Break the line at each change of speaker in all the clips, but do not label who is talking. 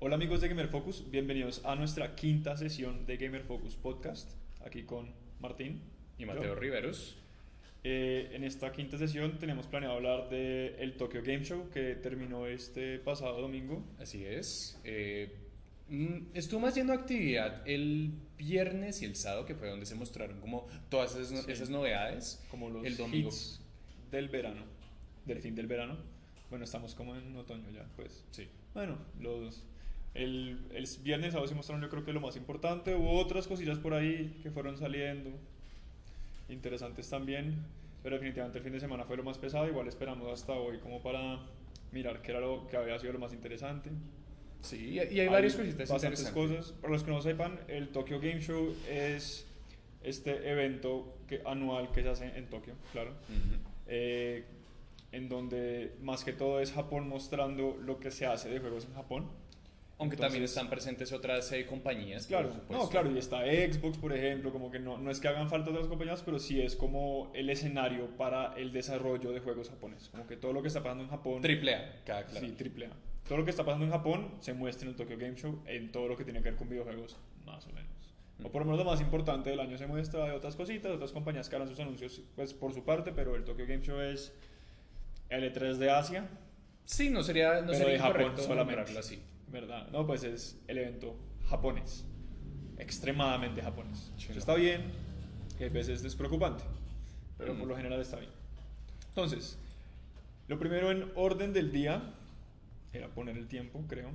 Hola amigos de Gamer Focus, bienvenidos a nuestra quinta sesión de Gamer Focus Podcast, aquí con Martín
y Mateo
yo.
Riveros.
Eh, en esta quinta sesión tenemos planeado hablar de el Tokyo Game Show que terminó este pasado domingo.
Así es. Eh, mm, estuvo más yendo a actividad el viernes y el sábado, que fue donde se mostraron como todas esas, no-
Sí.
esas novedades.
como los
el domingo.
hits del verano, del fin del verano. Bueno, estamos como en otoño ya, pues.
Sí.
Bueno, los el, el viernes sábado se mostraron yo creo que lo más importante, hubo otras cosillas por ahí que fueron saliendo interesantes también, pero definitivamente el fin de semana fue lo más pesado, igual esperamos hasta hoy como para mirar qué era lo que había sido lo más interesante.
Sí, y y hay, varias cositas
bastantes
interesantes.
cosas. Para los que no sepan, el Tokyo Game Show es este evento que, anual que se hace en Tokio, claro
Ujú.
eh, en donde más que todo es Japón mostrando lo que se hace de juegos en Japón.
Aunque
Entonces-
también están presentes otras eh, compañías. por
Claro,
supuesto.
no, claro, y está Xbox, por ejemplo, como que no, no es que hagan falta otras compañías, pero sí es como el escenario para el desarrollo de juegos japoneses. Como que todo lo que está pasando en Japón.
Triple A, cada claro.
Sí, triple A. Todo lo que está pasando en Japón se muestra en el Tokyo Game Show, en todo lo que tiene que ver con videojuegos, más o menos.
Mm.
O por lo menos lo más importante del año se muestra de otras cositas, otras compañías que harán sus anuncios pues, por su parte, pero el Tokyo Game Show es el E3 de Asia,
Sí, no sería, no
pero
sería
de Japón
incorrecto
solamente.
nombrarlo así.
¿Verdad? No, pues es el evento japonés, extremadamente japonés. Eso
Chulo.
está bien, que a veces es preocupante, pero
Mm.
por lo general está bien. Entonces, lo primero en orden del día era poner el tiempo, creo.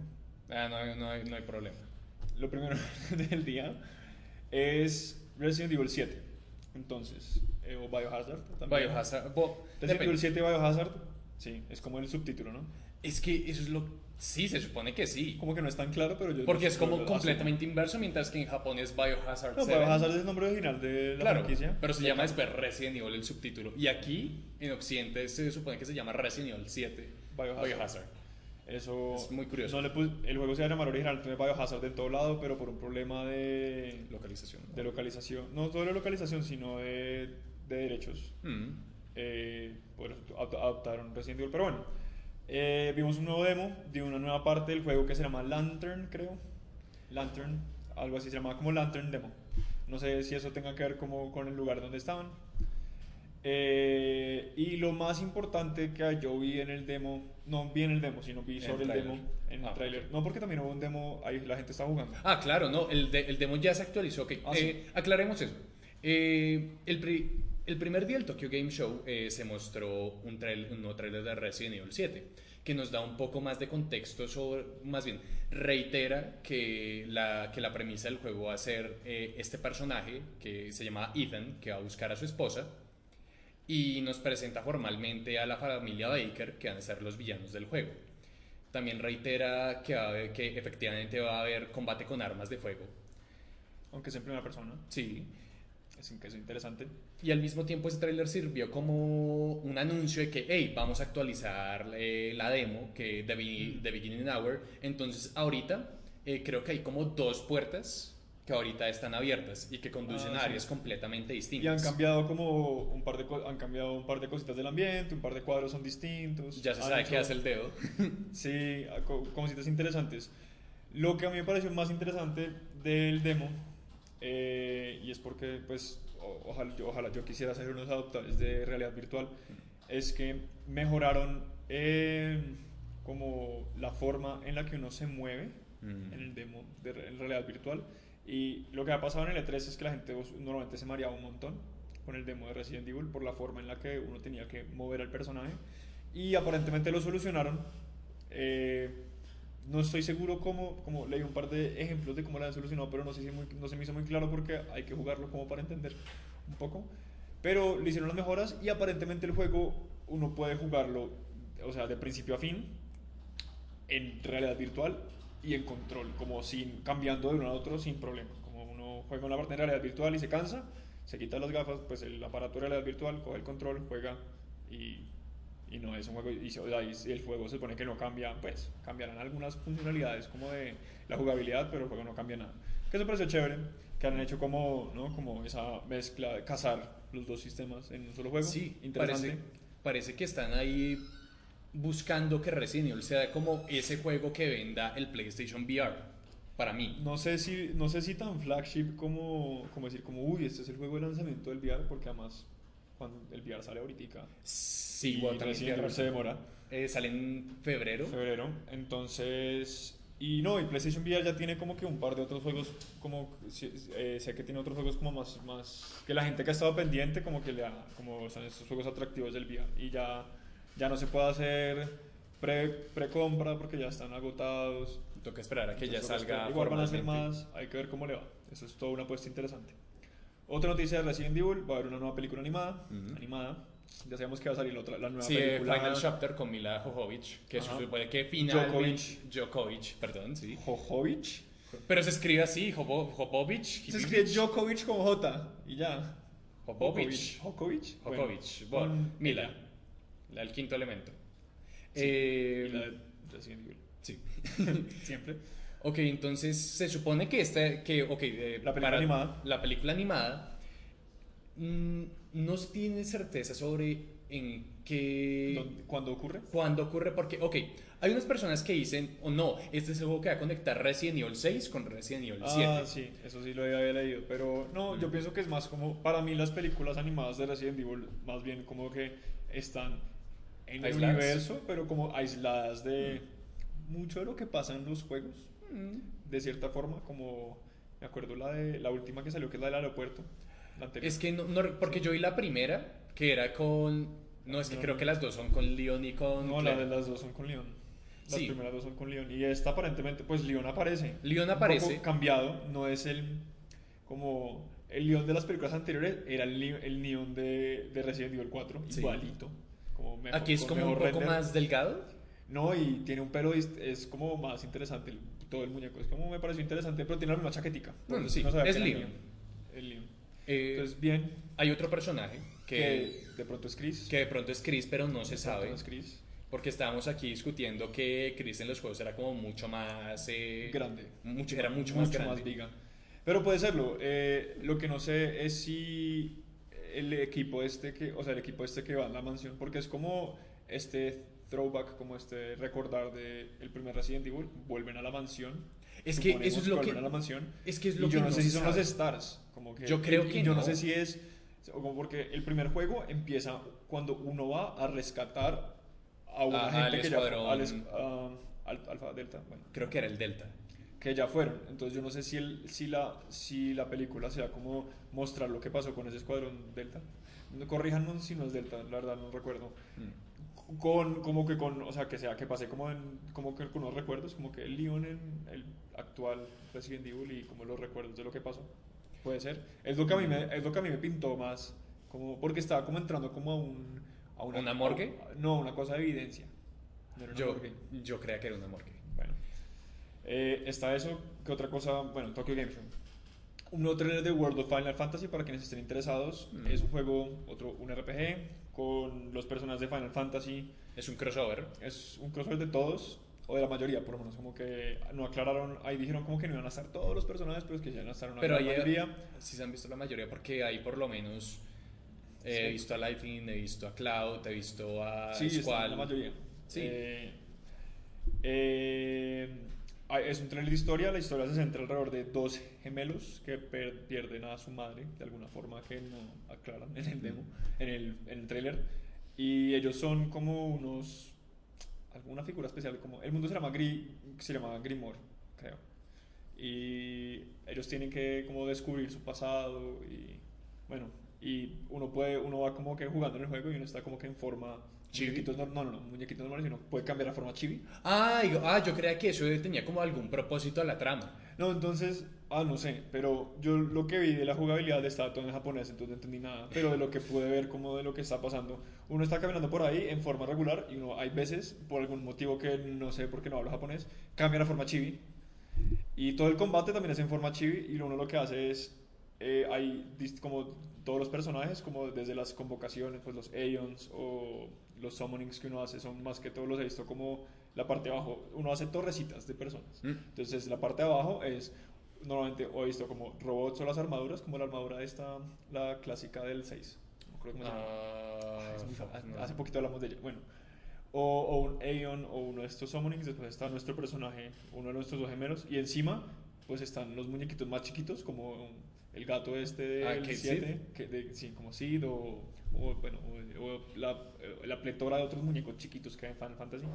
Ah, no, hay- no hay- no hay problema.
Lo primero del día es Resident Evil 7. Entonces, eh, o Biohazard también.
Biohazard. bo-
Resident Evil
depende.
7 Biohazard, sí, es como el subtítulo, ¿no?
Es que eso es lo. Sí, se supone que sí.
Como que no es tan claro, pero yo.
Porque
yo-
es como
yo-
completamente inverso, mientras que en Japón es Biohazard.
No,
7.
Biohazard es el nombre original de la
Claro,
franquicia.
pero se llama después Resident Evil el subtítulo. Y aquí, en Occidente, se supone que se llama Resident Evil 7.
Biohazard.
Biohazard.
Eso.
Es muy curioso.
no le pus- el juego se llama original, entonces Biohazard en todo lado, pero por un problema de,
Localización.
de localización. No solo de localización, sino de, de derechos.
Mm.
Eh, por eso ad- adaptaron Resident Evil. Pero bueno, eh, vimos un nuevo demo de una nueva parte del juego que se llama Lantern, creo. Lantern, algo así se llamaba como Lantern Demo. No sé si eso tenga que ver como con el lugar donde estaban. Eh, y lo más importante que yo vi en el demo, no vi en el demo, sino vi
En
sobre el,
el
demo,
tráiler.
en
Ah,
el tráiler. No, porque también hubo un demo, ahí la gente está jugando.
Ah, claro, no, el, de- el demo ya se actualizó. ok.
Ah,
Eh, Aclaremos eso. Eh, el, pri- el primer día del Tokyo Game Show eh, se mostró un, trail- un nuevo trailer de Resident Evil 7, que nos da un poco más de contexto sobre, más bien, reitera que la, que la premisa del juego va a ser eh, este personaje que se llama Ethan, que va a buscar a su esposa, y nos presenta formalmente a la familia Baker, que van a ser los villanos del juego. También reitera que, va a haber- que efectivamente va a haber combate con armas de fuego.
Aunque es en primera persona,
Sí.
es que es interesante.
Y al mismo tiempo ese tráiler sirvió como un anuncio de que, hey, vamos a actualizar eh, la demo, que de Be- de Beginning Hour. Entonces ahorita eh, creo que hay como dos puertas que ahorita están abiertas y que conducen
Ah,
a
sí.
áreas completamente
Y han
distintas.
cambiado como un par de co- han cambiado un par de cositas del ambiente, un par de cuadros son distintos.
ya se
Han
sabe
hecho-
qué hace el dedo.
Sí, a- co- cositas interesantes. Lo que a mí me pareció más interesante del demo eh, y es porque pues o- ojalá yo, ojalá yo quisiera hacer unos adaptadores de realidad virtual es que mejoraron eh, como la forma en la que uno se mueve en el demo de re- en realidad virtual. Y lo que ha pasado en el E3 es que la gente pues, normalmente se mareaba un montón con el demo de Resident Evil por la forma en la que uno tenía que mover al personaje. Y aparentemente lo solucionaron. Eh, no estoy seguro cómo, como leí un par de ejemplos de cómo lo han solucionado, pero no, sé si muy- no se me hizo muy claro porque hay que jugarlo como para entender un poco. Pero le hicieron las mejoras y aparentemente el juego uno puede jugarlo, o sea, de principio a fin, en realidad virtual y en control, como sin cambiando de uno a otro sin problema. Como uno juega una parte en realidad virtual y se cansa, se quita las gafas, pues el aparato de realidad virtual coge el control, juega y, y no es un juego. Y, se- o sea, y si el juego se supone que no cambia, pues cambiarán algunas funcionalidades como de la jugabilidad, pero el juego no cambia nada. Que eso pareció chévere, que han hecho como, ¿no? como esa mezcla, de casar los dos sistemas en un solo juego.
Sí,
interesante.
parece, parece que están ahí buscando que Resident Evil sea como ese juego que venda el PlayStation VR. Para mí.
No sé si, no sé si tan flagship como, como decir, como, uy, este es el juego de lanzamiento del VR, porque además cuando el VR sale ahorita.
Sí,
y
bueno, también
Resident
tiene
Evil se
razón.
demora.
Eh, sale en febrero.
Febrero. Entonces. Y no, y PlayStation VR ya tiene como que un par de otros juegos, como sí, eh, sé que tiene otros juegos como más, más, que la gente que ha estado pendiente, como que le ha, como están estos juegos atractivos del VR. Y ya, ya no se puede hacer pre, precompra porque ya están agotados.
Toca esperar a que ya
Entonces, lo
salga.
espero. Igual van a hacer
formalmente.
más, hay que ver cómo le va. Eso es toda una apuesta interesante. Otra noticia de Resident Evil, va a haber una nueva película animada,
Ujú.
animada. Ya sabemos que va a salir la otra, la nueva
Sí, eh,
película.
Final Chapter con Mila Jojovic, que
Ajá.
se supone que finalmente...
Djokovic.
Djokovic, perdón, sí.
Jojovic.
Pero se escribe así, Jobo- Jobovic.
Se escribe Djokovic con J y ya.
Jobovic.
Djokovic. Bueno,
Jokovic. Bueno,
con-
Mila. La del quinto elemento.
Sí,
Eh,
y la de Resident Evil.
sí.
Siempre.
Ok, entonces se supone que esta, que, ok, eh,
La película animada.
La película animada mm, no se tiene certeza sobre en qué...
¿Dónde- ¿Cuándo ocurre?
¿Cuándo ocurre? Porque, ok, hay unas personas que dicen, o no, este es el juego que va a conectar Resident Evil 6 con Resident Evil 7.
Ah, sí, eso sí lo había leído. Pero no, yo
Mm.
pienso que es más como. Para mí, las películas animadas de Resident Evil, más bien como que están en el
Aisladas.
universo, pero como aisladas de mucho de lo que pasa en los juegos,
Mm.
de cierta forma. Como me acuerdo la de la última que salió, que es la del aeropuerto. La anterior.
Es que no, no- porque yo vi la primera, que era con... No, es que
No.
creo que las dos son con Leon y con...
No, la
Claire.
de las dos son con Leon. Las
Sí.
primeras dos son con Leon. Y esta aparentemente, pues Leon aparece.
Leon
Un
aparece.
poco cambiado, no es el. Como. El Leon de las películas anteriores era el, Leon- el Leon de, de Resident Evil 4,
Sí.
igualito. Como mejor-
Aquí es
con
como un
mejor
poco
render.
más delgado.
No, y tiene un pelo, es, es como más interesante el- todo el muñeco. Es como me pareció interesante, pero tiene la misma chaquetica.
Bueno,
Entonces,
Mm, sí,
sabía
es
que era
Leon.
El Leon.
Eh,
Entonces, bien,
hay otro personaje que,
que de pronto es Chris.
que de pronto es Chris, pero no se
De pronto
sabe.
no es Chris.
Porque estábamos aquí discutiendo que Chris en los juegos era como mucho más... eh,
Grande.
Mucho, era mucho, más grande.
viga. Pero puede serlo. Eh, lo que no sé es si el equipo este que, o sea, el equipo este que va a la mansión, porque es como este throwback, como este recordar de el primer Resident Evil, vuelven a la mansión.
Es que
Suponemos
eso es lo
vuelven
que-
a la mansión.
es que es
Y
lo
yo
que
no
no
sé
se
si son los
sabe.
Stars, como que
Yo creo
y- y
que
yo
no.
sé si es o como porque el primer juego empieza cuando uno va a rescatar a una
Ah,
gente
al
que ya fue-
escuadrón.
al es- ah, al- Alfa Delta, bueno
Creo que era el Delta.
que ya fueron. Entonces yo no sé si, el, si, la, si la película sea como mostrar lo que pasó con ese escuadrón Delta. No, Corríjanos si no es Delta, la verdad no recuerdo. Mm. Con, como que con, o sea, que sea, que pasé como en, como que con unos recuerdos, como que el Leon en el actual Resident Evil y como los recuerdos de lo que pasó. Puede ser. Es lo que a mí me, es lo que a mí me pintó más, como, porque estaba como entrando como a un... A
¿Una morgue?
no, una cosa de evidencia. No era una
Yo,
morgue.
yo creía que era una morgue.
Bueno, Eh, está eso. ¿Qué otra cosa? Bueno, Tokyo Game Show. Un nuevo trailer de World of Final Fantasy para quienes estén interesados.
Mm.
Es un juego, otro, un RPG con los personajes de Final Fantasy.
Es un crossover.
Es un crossover de todos, o de la mayoría por lo menos. Como que no aclararon, ahí dijeron como que no iban a estar todos los personajes, pero eh, es que ya no estar una
Pero
gran
ahí
mayoría.
sí se han visto la mayoría porque ahí por lo menos eh,
Sí.
he visto a Lightning, he visto a Cloud, he visto a
Sí, está
Squall.
la mayoría.
Sí.
Eh, eh, ah, es un trailer de historia. La historia se centra alrededor de dos gemelos que per- pierden a su madre de alguna forma que no aclaran en el demo, en el, en el trailer. Y ellos son como unos. alguna figura especial. como El mundo se llama, Gri, se llama Grimor, creo. Y ellos tienen que como descubrir su pasado y. Bueno, y uno puede, uno va como que jugando en el juego y uno está como que en forma
Chibi.
muñequitos nor- no, no, no, muñequitos normales, sino puede cambiar la forma chibi.
Ah, yo, ah, yo creía que eso tenía como algún propósito a la trama.
No, entonces, ah, no sé, pero yo lo que vi de la jugabilidad estaba todo en japonés, entonces no entendí nada, pero de lo que pude ver como de lo que está pasando. Uno está caminando por ahí en forma regular y uno hay veces, por algún motivo que no sé por qué no hablo japonés, cambia la forma chibi. Y todo el combate también es en forma chibi y uno lo que hace es, eh, hay dist- como todos los personajes, como desde las convocaciones, pues los Aeons o los summonings que uno hace, son más que todo los he visto como la parte de abajo, uno hace torrecitas de personas.
Mm.
Entonces la parte de abajo es normalmente o he visto como robots o las armaduras, como la armadura esta, la clásica del 6. No creo cómo se llama.
Ah,
Es muy fa-
fuck, no.
Hace poquito hablamos de ella. Bueno, o, o un Aeon o uno de estos summonings, después está nuestro personaje, uno de nuestros dos gemelos, y encima pues están los muñequitos más chiquitos, como um, el gato este
Ah,
del
Kid
7, que de- sí, como Sid, o, o, bueno, o- o la, eh, la pletora de otros muñecos chiquitos que hay en Final Fantasy.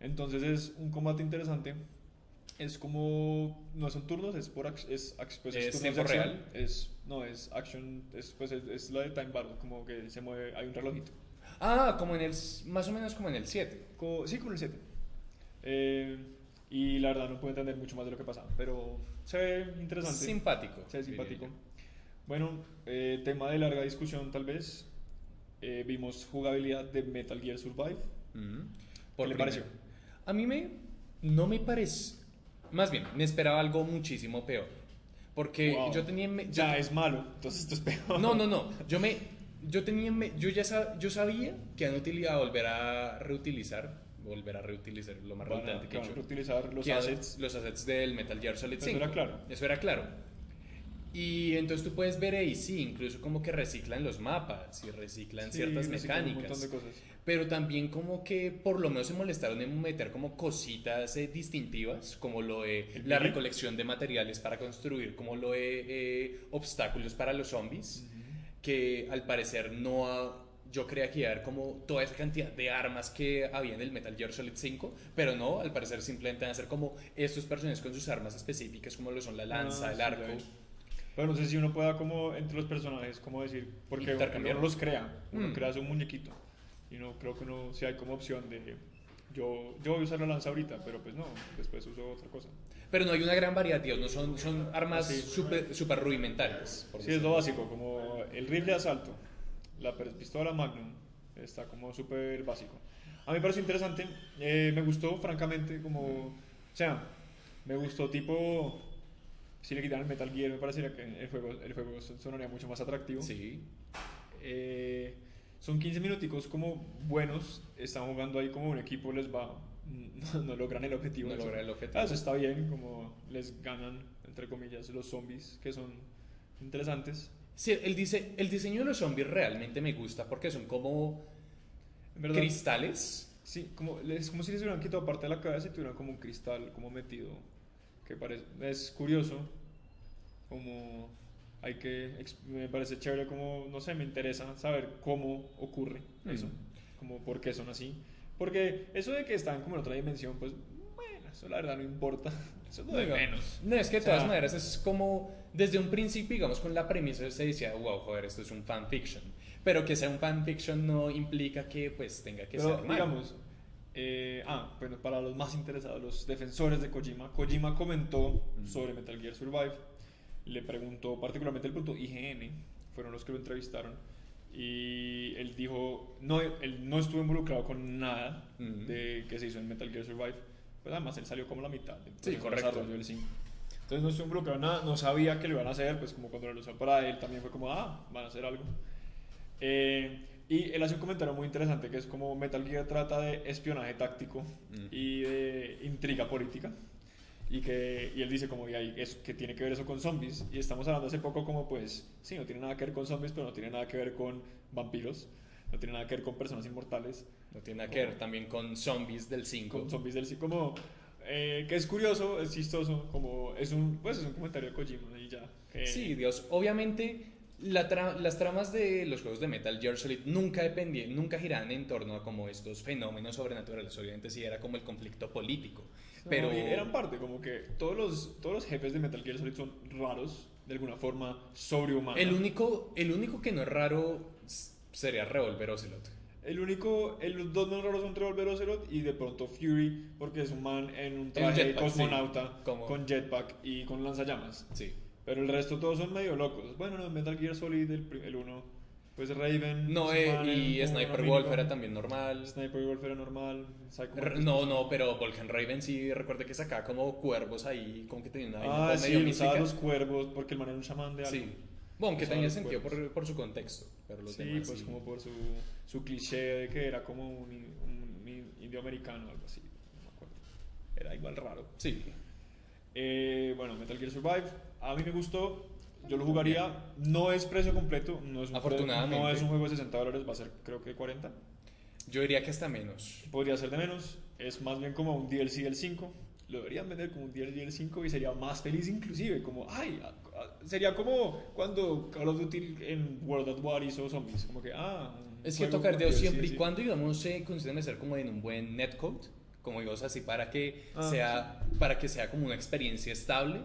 Entonces es un combate interesante. Es como. No son turnos, es por. ac- Es, ac- pues,
¿Es
turnos de
tiempo
acción.
real?
Es, no, es action. Es, pues, es, es la de Time Battle, como que se mueve. Hay un relojito.
Ah, como en el, más o menos como en el 7.
Co- sí, con el 7. y la verdad no puedo entender mucho más de lo que pasa, pero se ve interesante.
Simpático.
se ve
diría
simpático. Bueno, eh, tema de larga discusión tal vez. Eh, vimos jugabilidad de Metal Gear Survive.
yo.
¿Qué
Ujú.
le
Mm. primera-
pareció?
A mí me, no me parece, más bien, me esperaba algo muchísimo peor. Porque
Wow.
yo tenía... en me- yo
Ya
te-
es malo, entonces esto es peor.
No, no, no. Yo me, yo tenía, me- yo ya sab- yo sabía que han utilizado volver a reutilizar, volver a reutilizar lo más
Van a,
redundante que he
van a
hecho.
reutilizar los
que han-
assets.
los assets del Metal Gear Solid
Eso
5.
era claro.
Eso era claro. Y entonces tú puedes ver ahí, sí, incluso como que reciclan los mapas y reciclan
Sí,
ciertas
reciclan
mecánicas.
Un montón de cosas.
Pero también como que por lo menos se molestaron en meter como cositas eh, distintivas, como lo de
¿El
la
mini?
recolección de materiales para construir, como lo de eh, obstáculos para los zombies, que al parecer no ha- Yo creía que iba a haber como toda esa cantidad de armas que había en el Metal Gear Solid 5, pero no, al parecer simplemente van a ser como estos personajes con sus armas específicas, como lo son la lanza,
Ah,
el
sí,
arco.
ya vi. Pero no sé si uno pueda como entre los personajes, como decir, porque uno,
Intercambiar.
uno los crea, uno
Mm.
crea su muñequito. Y no creo que uno, si hay como opción de, yo, yo voy a usar la lanza ahorita, pero pues no, después uso otra cosa.
Pero no hay una gran variedad, Dios, no son, son armas
Ah, Sí.
súper super rudimentales. por
Sí, es
decirlo
lo básico, como el rifle de asalto, la per- pistola Magnum, está como súper básico. A mí me pareció interesante, eh, me gustó francamente, como, o sea, me gustó tipo, si le quitaran Metal Gear, me parecería que el juego, el juego sonaría mucho más atractivo.
Sí.
Eh, son 15 minuticos como buenos, están jugando ahí como un equipo les va, no, no logran el objetivo.
No
Eso-
logran el objetivo.
Ah, eso está bien, como les ganan, entre comillas, los zombies, que son interesantes.
Sí, el, dise- el diseño de los zombies realmente me gusta porque son como
En verdad,
cristales.
sí, como, es como si les hubieran quitado parte de la cabeza y tuvieran como un cristal como metido, que parece, es curioso, como hay que, ex- me parece chévere como, no sé, me interesa saber cómo ocurre
Mm.
eso, como por qué son así, porque eso de que están como en otra dimensión, pues bueno, eso la verdad no importa, eso es lo de
Diga-
menos.
No, es que de
O sea-
todas maneras es como desde un principio, digamos, con la premisa se decía, wow, joder, esto es un fanfiction. Pero que sea un fanfiction no implica que pues tenga que
Pero
ser malo.
digamos, eh, ah, bueno, para los más interesados, los defensores de Kojima, Kojima comentó sobre Metal Gear Survive, le preguntó particularmente el punto IGN, fueron los que lo entrevistaron, y él dijo, no, él no estuvo involucrado con nada
Ujú.
de que se hizo en Metal Gear Survive, pues además él salió como la mitad del
Sí,
proceso de
correcto.
desarrollo del 5. Entonces no estuvo involucrado en nada, no sabía que lo iban a hacer, pues como cuando lo lanzó para él también fue como, ah, van a hacer algo. Eh, y él hace un comentario muy interesante que es como Metal Gear trata de espionaje táctico y de intriga política. Y, que, y él dice como, y ahí es, que tiene que ver eso con zombies. Y estamos hablando hace poco como, pues, sí, no tiene nada que ver con zombies, pero no tiene nada que ver con vampiros, no tiene nada que ver con personas inmortales,
No tiene nada que ver también con zombies del 5.
con zombies del sí, como, eh, que es curioso, es chistoso, como, es un, pues es un comentario de Kojima y ya. que-
Sí, Dios, obviamente la tra- las tramas de los juegos de Metal Gear Solid nunca dependían, nunca giraban en torno a como estos fenómenos sobrenaturales, obviamente sí era como el conflicto político,
No,
pero
y eran parte, como que todos los, todos los jefes de Metal Gear Solid son raros, de alguna forma sobrehumana.
el único el único que no es raro s- sería Revolver Ocelot.
El único, el, los dos más raros son Revolver Ocelot y de pronto Fury, porque es un man en un traje de
jetpack,
cosmonauta
sí, como-
con jetpack y con lanzallamas.
Sí.
Pero el resto todos son medio locos. Bueno, no, Metal Gear Solid, el, pri- el uno, pues Raven.
No,
es un
eh,
man
y
en un
Sniper
minigun.
Wolf era también normal.
Sniper Wolf era normal. Psycho
R-
Man-
No, no, pero Volcan Raven sí, recuerda que sacaba como cuervos ahí, como que tenía una vaina
Ah,
como
sí,
medio
él usaba
mística.
los cuervos, porque el man era un chamán de algo.
Sí. Bueno, que
Usaba
tenía
los
sentido
cuervos.
por, por su contexto, pero los
Sí,
demás
pues
sí.
como por su, su cliché de que era como un, un- un indio americano o algo así. No me acuerdo. Era igual raro.
Sí.
Eh, bueno, Metal Gear Survive, a mí me gustó. Yo lo jugaría. No es precio completo. No es un,
Afortunadamente.
no es un juego de 60 dólares, va a ser creo que 40.
Yo diría que hasta menos.
Podría ser de menos. Es más bien como un DLC del 5. Lo deberían vender como un DLC del 5 y sería más feliz inclusive. Como, ay, a- a- sería como cuando Call of Duty en World at War hizo zombies. Como que, ah... un
Es que
juego
tocar
con
dedos
DLC,
siempre y
sí.
cuando, digamos, se consideren hacer como en un buen netcode, como digo, o sea, así para que,
Ah,
sea, para que sea como una experiencia estable,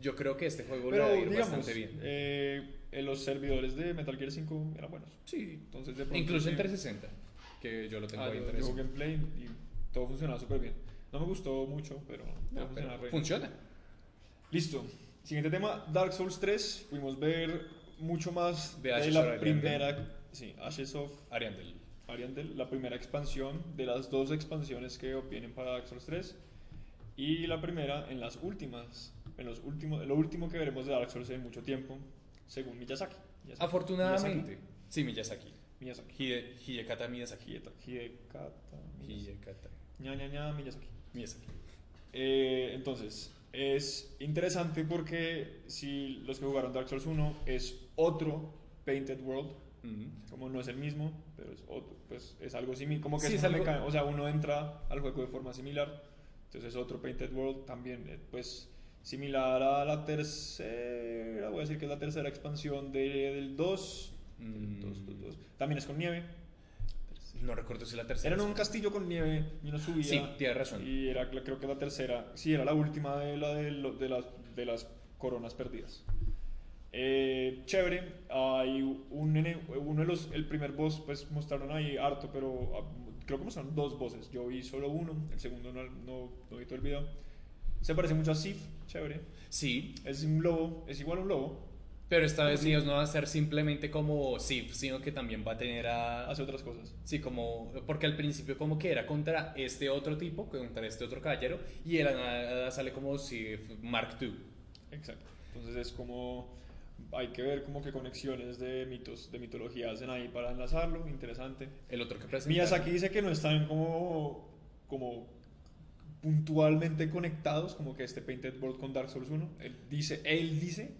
yo creo que este juego le
Pero
va a ir
digamos,
bastante bien.
eh, eh, los servidores de Metal Gear 5 eran buenos.
sí,
Entonces, de pronto
incluso en
sí.
360, que yo lo tengo
Ah,
ahí en
yo, yo
360.
jugué en Play y todo funcionaba súper bien. No me gustó mucho, pero,
No,
pero funcionaba
pero
re bien.
funciona.
Listo. Siguiente tema, Dark Souls 3. Pudimos ver mucho más
De
de,
Ashes of
la
Ariandel.
primera... Sí, Ashes of
Ariandel.
Ariandel, la primera expansión de las dos expansiones que obtienen para Dark Souls 3. Y la primera en las últimas, en los últimos, lo último que veremos de Dark Souls en mucho tiempo, según Miyazaki. Miyazaki.
Afortunadamente, sí, Miyazaki.
Miyazaki.
Hide- Hidekata Miyazaki.
Hideta- Hidekata. Miyazaki.
Hidekata
Ña, ña, ña, Miyazaki.
Miyazaki.
Eh, entonces, es interesante porque si los que jugaron Dark Souls 1 es otro Painted World,
Ujú.
como no es el mismo, pero es otro, pues es algo similar, como que
Sí,
es,
es
una
algo-
meca- o sea, uno entra al juego de forma similar, entonces es otro Painted World también, eh, pues similar a la tercera, voy a decir que es la tercera expansión de- del 2,
Mm.
dos, dos, dos. también es con nieve,
No recuerdo si la tercera.
era en
es-
un castillo con nieve y uno subía.
Sí, tienes razón.
Y era, la- creo que la tercera, sí, era la última de, la, de, lo- de las, de las coronas perdidas. Eh, chévere, hay un, ene- uno de los, el primer boss, pues mostraron ahí harto, pero ah, creo que mostraron dos bosses. Yo vi solo uno, el segundo no, no, no vi todo el video. Se parece mucho a Sif, chévere.
Sí,
Es un lobo, es igual a un lobo,
Pero esta vez Dios no va a ser simplemente como Sif, sino que también va a tener a...
hace otras cosas.
Sí, como... Porque al principio como que era contra este otro tipo, contra este otro caballero, y de la nada sale como Sif Mark II.
Exacto. Entonces es como hay que ver como que conexiones de mitos, de mitología hacen ahí para enlazarlo, interesante.
El otro que presenta...
Miyazaki dice que no están como como puntualmente conectados como que este Painted World con Dark Souls 1. Él dice, él dice,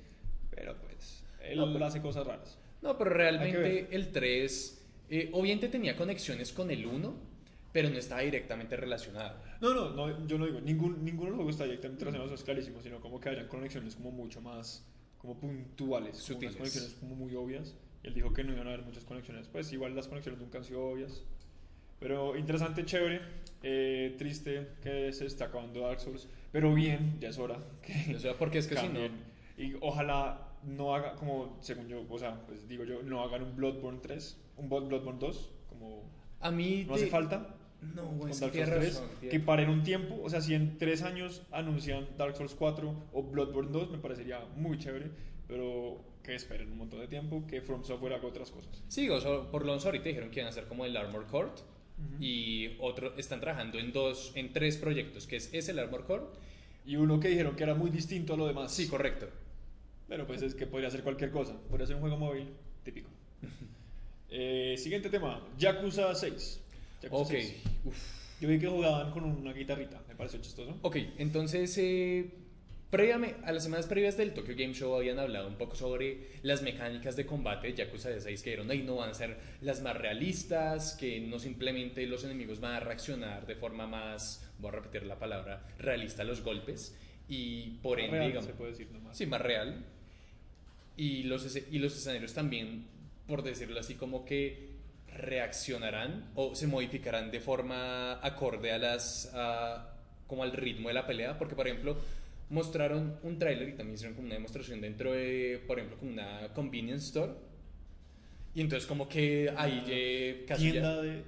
pero pues él
No, pero-
hace cosas raras.
No, pero
Hay
realmente
que
el 3... eh, obviamente tenía conexiones con el 1, pero no estaba directamente relacionado.
No, no, no, yo no digo, ningún, ninguno de los juegos está directamente relacionado, eso es clarísimo, sino como que hayan conexiones como mucho más, como puntuales, como unas
Sutiles.
conexiones como muy obvias. Y él dijo que no iban a haber muchas conexiones, pues igual las conexiones nunca han sido obvias. Pero interesante, chévere, eh, triste que se está acabando Dark Souls, pero bien, ya es hora que
O sea, porque es que si no...
cambien. Y ojalá no haga, como según yo, o sea, pues digo yo, no hagan un Bloodborne 3, un Blood- Bloodborne 2, como
A mí...
no hace
de-
falta
No, güey,
con
Pues sí,
Dark Souls
tienes
3,
razón,
que
tienes-
paren un tiempo, o sea, si en tres años anuncian Dark Souls 4 o Bloodborne 2, me parecería muy chévere, pero que esperen un montón de tiempo, que From Software haga otras cosas.
Sí, o sea, por lo menos ahorita dijeron que iban a hacer como el Armor Core y otro están trabajando en dos, en tres proyectos, que es ese el Armor Core.
Y uno que dijeron que era muy distinto a lo demás,
Sí, correcto.
pero pues es que podría ser cualquier cosa, podría ser un juego móvil típico. Eh, siguiente tema, Yakuza 6. Yakuza
Ok,
6.
uf.
Yo vi que jugaban con una guitarrita, me pareció chistoso.
Ok, entonces, eh, previame- a las semanas previas del Tokyo Game Show habían hablado un poco sobre las mecánicas de combate de Yakuza 6 que dijeron, ahí no van a ser las más realistas, que no simplemente los enemigos van a reaccionar de forma más, voy a repetir la palabra, realista a los golpes y por ende,
Ah, Real,
digamos,
se puede decir nomás.
Sí, más real. Y los, esce- y los escenarios también, por decirlo así, como que reaccionarán o se modificarán de forma acorde a las a- como al ritmo de la pelea porque por ejemplo mostraron un tráiler y también hicieron como una demostración dentro de por ejemplo como una convenience store y entonces como que ahí eh, casi ya-
Tienda de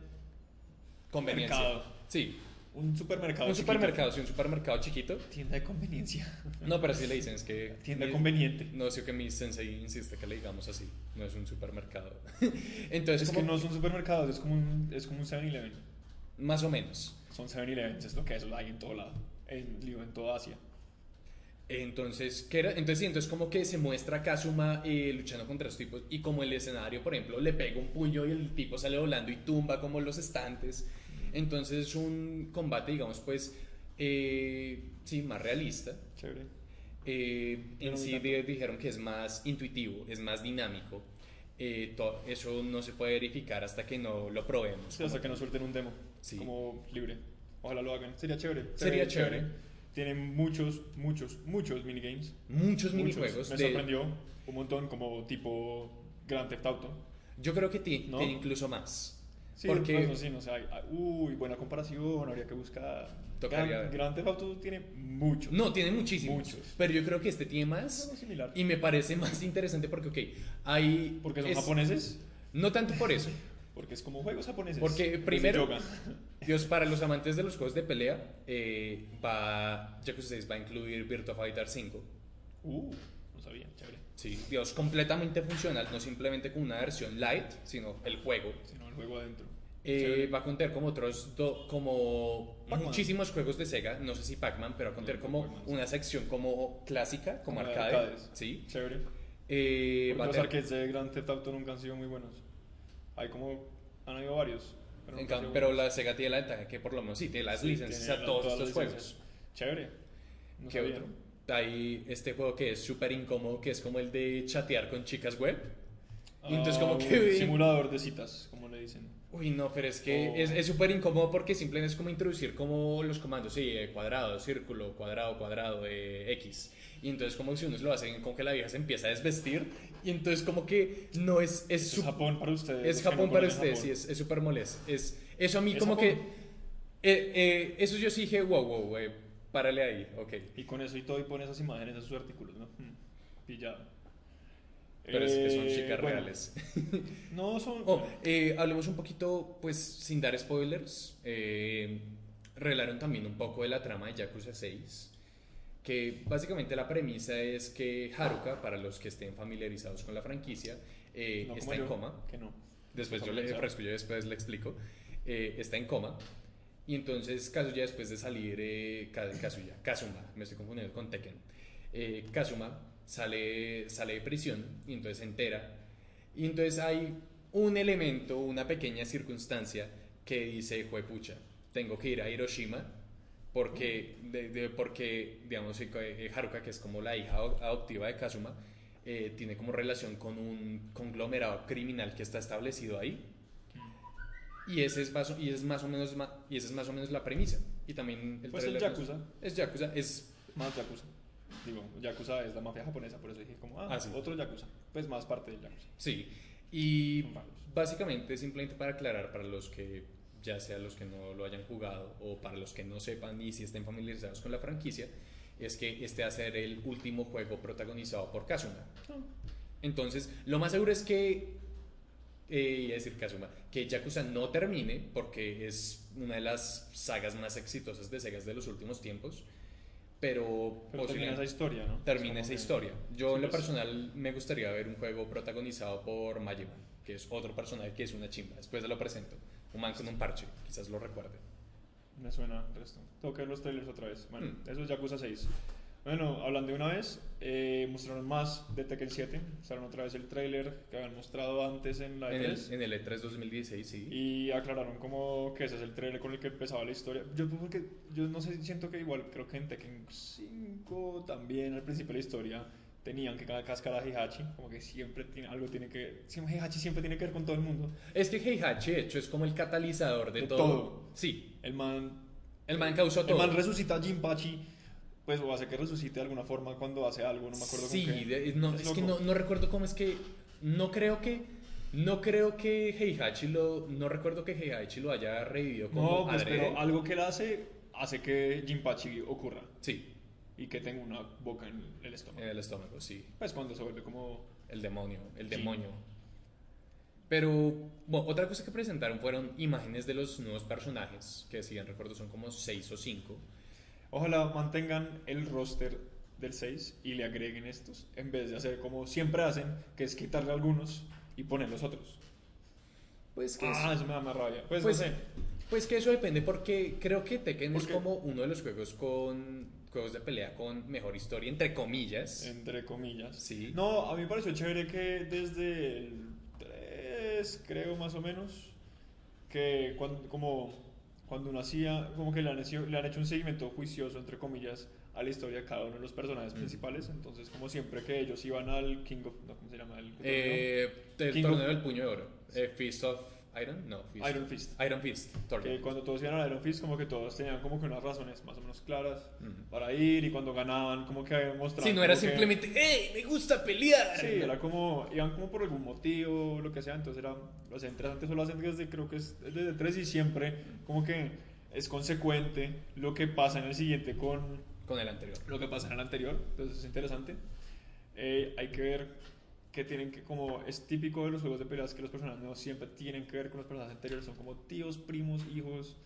conveniencia
mercado.
sí
un supermercado.
un
chiquito.
supermercado sí un supermercado chiquito
Tienda de conveniencia.
no pero así le dicen es que
Tienda
mi-
conveniente.
No sé que mi sensei insiste que le digamos así. No es un supermercado. Entonces,
Es que
como-
no son supermercados, es como un, es como un 7-Eleven.
más o menos.
Son 7-Elevens, es lo que es, hay en todo lado. En, digo, en toda Asia.
Entonces, ¿qué era? Entonces, sí, entonces como que se muestra a Kazuma eh, luchando contra los tipos y como el escenario, por ejemplo, le pega un puño y el tipo sale volando y tumba como los estantes. Entonces es un combate, digamos, pues, eh, sí, más realista.
Chévere.
Eh,
Pero
en
muy
sí
tanto.
di- dijeron que es más intuitivo, es más dinámico. eh, to- eso no se puede verificar hasta que no lo probemos.
Sí, hasta que nos suelten un demo
Sí.
como libre. Ojalá lo hagan. Sería chévere. se
Sería
ve
chévere.
Tienen muchos, muchos, muchos minigames.
Muchos
Muchos.
minijuegos.
Me
de-
sorprendió un montón, como tipo Grand Theft Auto.
yo creo que ti-
¿No?
tiene incluso más.
Sí,
porque
pues, no, sí, no sé, hay- hay- uy, buena comparación, habría que buscar.
Tocaría
Gran-
ver.
Grand Theft Auto tiene muchos.
No, tiene muchísimos.
Muchos.
Pero yo creo que este tiene más.
Algo similar.
Y me parece más interesante porque, ok, hay.
Porque son
es-
japoneses,
No tanto por eso.
porque es como juegos japoneses.
Porque
Es de
primero-
yoga.
Dios, para los amantes de los juegos de pelea, eh, va. Yakuza 6 va a incluir Virtua Fighter 5.
Uh, no sabía, chévere.
Sí. Dios, completamente funcional, no simplemente con una versión light, sino el juego.
Si no, el juego adentro.
Eh,
Chévere.
va a contar como otros, do- como
Pac-Man.
muchísimos juegos de Sega, no sé si Pac-Man, pero va a contar
No,
como
Pac-Man, sí.
una sección como clásica, como,
Como de
arcade.
arcades.
Sí.
Chévere.
Eh,
Porque
va a
los
tener-
arcades de Grand Theft Auto nunca han sido muy buenos. Hay como. Han habido varios.
En
nunca han
cam-
sido
pero
buenos.
la Sega tiene la ventaja que por lo menos sí tiene las
Sí,
licencias
tiene
a
la-
todos
todas las
estos juegos.
licencias. Chévere. No
¿Qué
sabía.
otro? Hay este juego que es súper incómodo, que es como el de chatear con chicas web. Y entonces
Ah,
como
un
que-
Simulador de citas, como le dicen.
Uy, no, pero es que
Oh.
es- es súper incómodo porque simplemente es como introducir como los comandos, sí, eh, cuadrado, círculo, cuadrado, cuadrado, eh, X. Y entonces como si unos lo hacen, como que la vieja se empieza a desvestir. Y entonces como que no es... Es,
Es
sup-
Japón para ustedes.
Es
los que no
Japón para
conocen
ustedes,
Japón.
sí, es es súper molesto. Es, eso a mí
Es
como
Japón.
que... eh, eh, eso yo sí dije, wow, wow, eh, párale ahí, ok.
Y con eso y todo, y pone esas imágenes en sus artículos, ¿no? Hmm, Pillado.
Pero es que son
Eh,
chicas
bueno,
reales.
No, son.
Oh, eh, hablemos un poquito, pues sin dar spoilers, eh, revelaron también un poco de la trama de Yakuza 6, que básicamente la premisa es que Haruka, para los que estén familiarizados con la franquicia, eh,
no como
está en
yo,
coma.
Que no.
Después yo le
Familiarizado.
fresco, yo después le explico. Eh, está en coma. Y entonces Kazuya, después de salir, eh, Ka- Kazuya, Kazuma, me estoy confundiendo con Tekken. Eh, Kazuma sale, sale de prisión y entonces se entera. Y entonces hay un elemento, una pequeña circunstancia que dice, juepucha, tengo que ir a Hiroshima porque, de- de- porque digamos, eh, eh, Haruka, que es como la hija ad- adoptiva de Kazuma, eh, tiene como relación con un conglomerado criminal que está establecido ahí. Y, ese es más, o- y, es más o menos, ma- y esa es más o menos la premisa. Y también el
Pues el
tráiler nos-
Yakuza.
Es Yakuza, es
Más Yakuza. Digo, Yakuza es la mafia japonesa, por eso dije como, ah,
Ah, sí.
otro Yakuza. Pues más parte del Yakuza.
Sí, y
Son varios.
básicamente simplemente para aclarar para los que ya sea los que no lo hayan jugado o para los que no sepan y si estén familiarizados con la franquicia, es que este va a ser el último juego protagonizado por Kazuma.
Ah.
Entonces, lo más seguro es que, eh, iba a decir Kazuma, que Yakuza no termine porque es una de las sagas más exitosas de Sega de los últimos tiempos, pero,
Pero termina
posiblemente-
esa historia, ¿no?
termina
Es
esa
como
historia. Yo
Sí,
en lo
pues.
personal me gustaría ver un juego protagonizado por Majima, que es otro personaje que es una chimba. Después te lo presento. Un man con un parche, quizás lo recuerde.
que Me suena el resto. Tengo que ver los trailers otra vez. Bueno,
Hmm.
eso es Yakuza 6. Bueno, hablando de una vez, eh, mostraron más de Tekken 7. Mostraron otra vez el trailer que habían mostrado antes en la
En el,
E3.
en el E E3 2016, sí.
Ah, Y aclararon como que ese es el trailer con el que empezaba la historia. Yo pues, porque yo no sé, siento que igual creo que en Tekken 5 también al principio de la historia tenían que cada cáscara de Heihachi, como que siempre tiene algo tiene que siempre Heihachi siempre tiene que ver con todo el mundo.
Es que Heihachi, de hecho, es como el catalizador de,
De
todo.
todo.
Sí,
El man
el man causó
el
todo.
man resucita a Jinpachi pues o hace que resucite de alguna forma cuando hace algo, no me acuerdo
sí,
con qué.
de- eh, no, es, que
loco.
no, no recuerdo cómo es que. No creo que. No creo que Heihachi lo. No recuerdo que Heihachi lo haya revivido como.
No, pues
adrede.
pero algo que él hace hace que Jinpachi ocurra
Sí,
y que tenga una boca en el estómago.
en el estómago, sí.
Pues cuando se vuelve como
El demonio, el
Sí.
demonio. Pero, bueno, otra cosa que presentaron fueron imágenes de los nuevos personajes, que si bien recuerdo son como 6 o 5.
Ojalá mantengan el roster del 6 y le agreguen estos, en vez de hacer como siempre hacen, que es quitarle algunos y poner los otros.
Pues que,
Ah,
eso,
eso me da más rabia. Pues,
Pues-
no sé.
pues que eso depende porque creo que Tekken es
Porque-
como uno de los juegos con juegos de pelea con mejor historia, entre comillas.
Entre comillas.
Sí.
No, a mí me pareció chévere que desde el 3, creo más o menos, que cuando, como cuando uno hacía, como que le han, hecho, le han hecho un seguimiento juicioso, entre comillas, a la historia de cada uno de los personajes
Mm.
principales. Entonces, como siempre que ellos iban al King of... No, ¿Cómo se llama? El,
Eh, el
King
torneo
of-
del puño de oro. Eh, Fist of Iron? No, Fist.
Iron Fist.
Iron Fist.
Que
Torneo.
cuando todos iban a Iron Fist, como que todos tenían como que unas razones más o menos claras
Ujú.
para ir y cuando ganaban, como que habían mostrado.
Sí, no era
como que-
simplemente, ¡Ey, me gusta pelear!
Sí, era como, iban como por algún motivo, lo que sea, entonces era, o sea, interesante solo hacen desde, creo que es desde el 3 y siempre, como que es consecuente lo que pasa en el siguiente con
Con el anterior.
lo que pasa en el anterior, entonces es interesante. Eh, hay que ver que tienen que, como es típico de los juegos de peleas, que los personajes no siempre tienen que ver con los personajes anteriores, son como tíos, primos, hijos,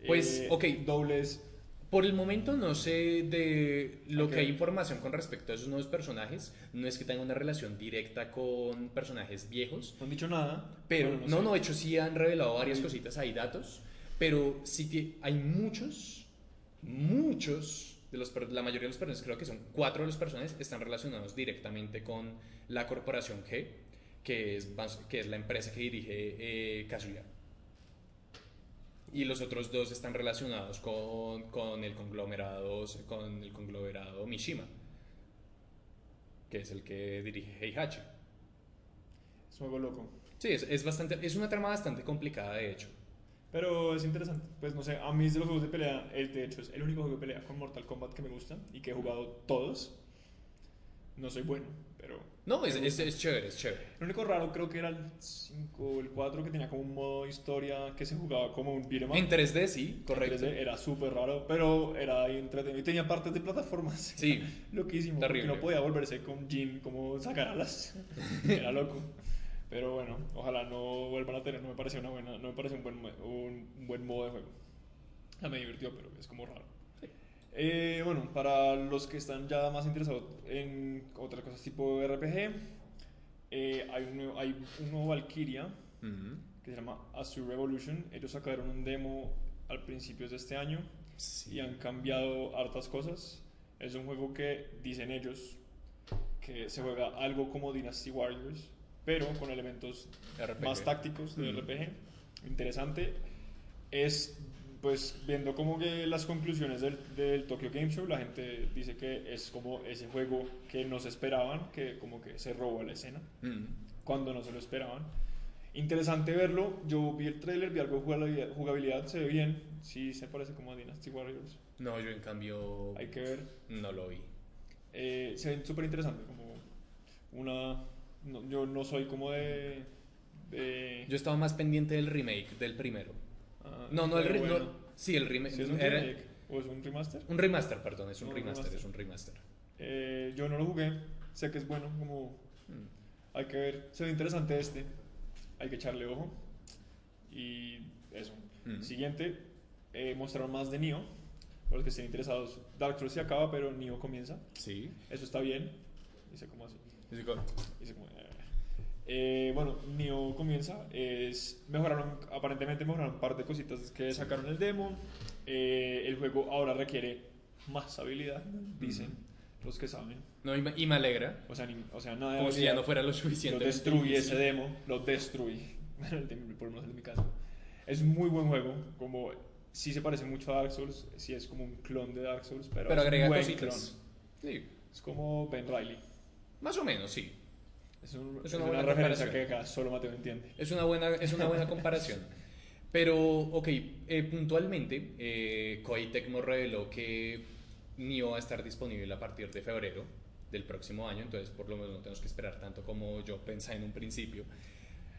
eh,
Pues, ok.
dobles.
Por el momento no sé de lo
Ok.
que hay información con respecto a esos nuevos personajes. No es que tenga una relación directa con personajes viejos.
No han dicho nada,
Pero
bueno,
no,
sé.
no, de hecho sí han revelado varias
Sí.
cositas, hay datos, pero sí que hay muchos, muchos de los, per- la mayoría de los personajes, creo que son cuatro de los personajes, están relacionados directamente con la corporación G, que es, bas- que es la empresa que dirige eh, Kazuya. Y los otros dos están relacionados con, con el conglomerado, con el conglomerado Mishima, que es el que dirige Heihachi.
Es un juego loco.
Sí, es, es bastante, es una trama bastante complicada, de hecho.
Pero es interesante. Pues no sé, a mí es de los juegos de pelea, el de hecho es el único juego de pelea con Mortal Kombat que me gusta y que he jugado todos. No soy bueno, pero.
No, es,
me
es,
gusta.
es chévere, es chévere.
Lo único raro creo que era el 5 o el 4 que tenía como un modo historia que se jugaba como un beat'em
En 3D, sí, correcto.
Era súper raro, pero era ahí entretenido. Y tenía partes de plataformas.
Sí,
Loquísimo.
Terrible.
Porque no podía volverse con Jin como sacar alas. Era loco. Pero bueno, ojalá no vuelvan a tener. No me parece una buena, no me parece un buen, mo- un buen modo de juego. Ya me divirtió, pero es como raro. Eh, bueno, para los que están ya más interesados en otras cosas tipo RPG, eh, hay, un nuevo, hay un nuevo Valkyria
Ujú.
que se llama Azure Revolution. Ellos sacaron un demo al principio de este año y
sí.
han cambiado hartas cosas. Es un juego que dicen ellos que se juega algo como Dynasty Warriors, pero con elementos
RPG.
más tácticos de
Mm.
RPG. Interesante. Es, pues, viendo como que las conclusiones del, del Tokyo Game Show, la gente dice que es como ese juego que no se esperaban, que como que se robó la escena
Ujú.
cuando no se lo esperaban. Interesante verlo. Yo vi el trailer, vi algo de jugabilidad- jugabilidad, se ve bien. Sí, se parece como a Dynasty Warriors.
No, yo en cambio
Hay que ver.
no lo vi.
Eh, se ven súper interesante, como una... no, yo no soy como de... de-
Yo estaba más pendiente del remake del primero.
ah,
No, no, el
pero
re-
bueno.
no- sí, el remake.
Sí, es un
era-
remake, o es un remaster.
un remaster, perdón, es un
No, un
remaster,
remaster.
es un remaster.
Eh, yo no lo jugué, sé que es bueno, como
Mm.
hay que ver. Se ve interesante este, hay que echarle ojo. Y eso.
Ujú.
Siguiente, eh, mostraron más de Nioh. Para los que estén interesados, Dark Souls se acaba, pero Nioh comienza.
Sí.
Eso está bien. Dice como así.
Así que-
Dice como, eh. Eh, bueno, Nioh comienza. Es, mejoraron, aparentemente mejoraron un par de cositas que sacaron el demo. Eh, el juego ahora requiere más habilidad, dicen los que saben.
No, y me, y me alegra.
O sea, ni- o sea nada de
Como si ya
habilidad.
no fuera lo
Lo
suficiente.
destruí ese demo, lo destruí. El de- Por lo menos el de mi caso. Es un muy buen juego, como sí se parece mucho a Dark Souls, sí es como un clon de Dark Souls, pero,
Pero
es un
agrega
buen
cositas.
clon.
Sí,
Es como Ben Riley.
más o menos, sí.
Es, un-
Es
es
una
una,
buena
referencia
comparación.
que acá solo Mateo entiende.
Es una buena, es una buena comparación. Pero, ok, eh, puntualmente, eh, Koei Tecmo reveló que Nioh va a estar disponible a partir de febrero del próximo año, entonces por lo menos no tenemos que esperar tanto como yo pensé en un principio.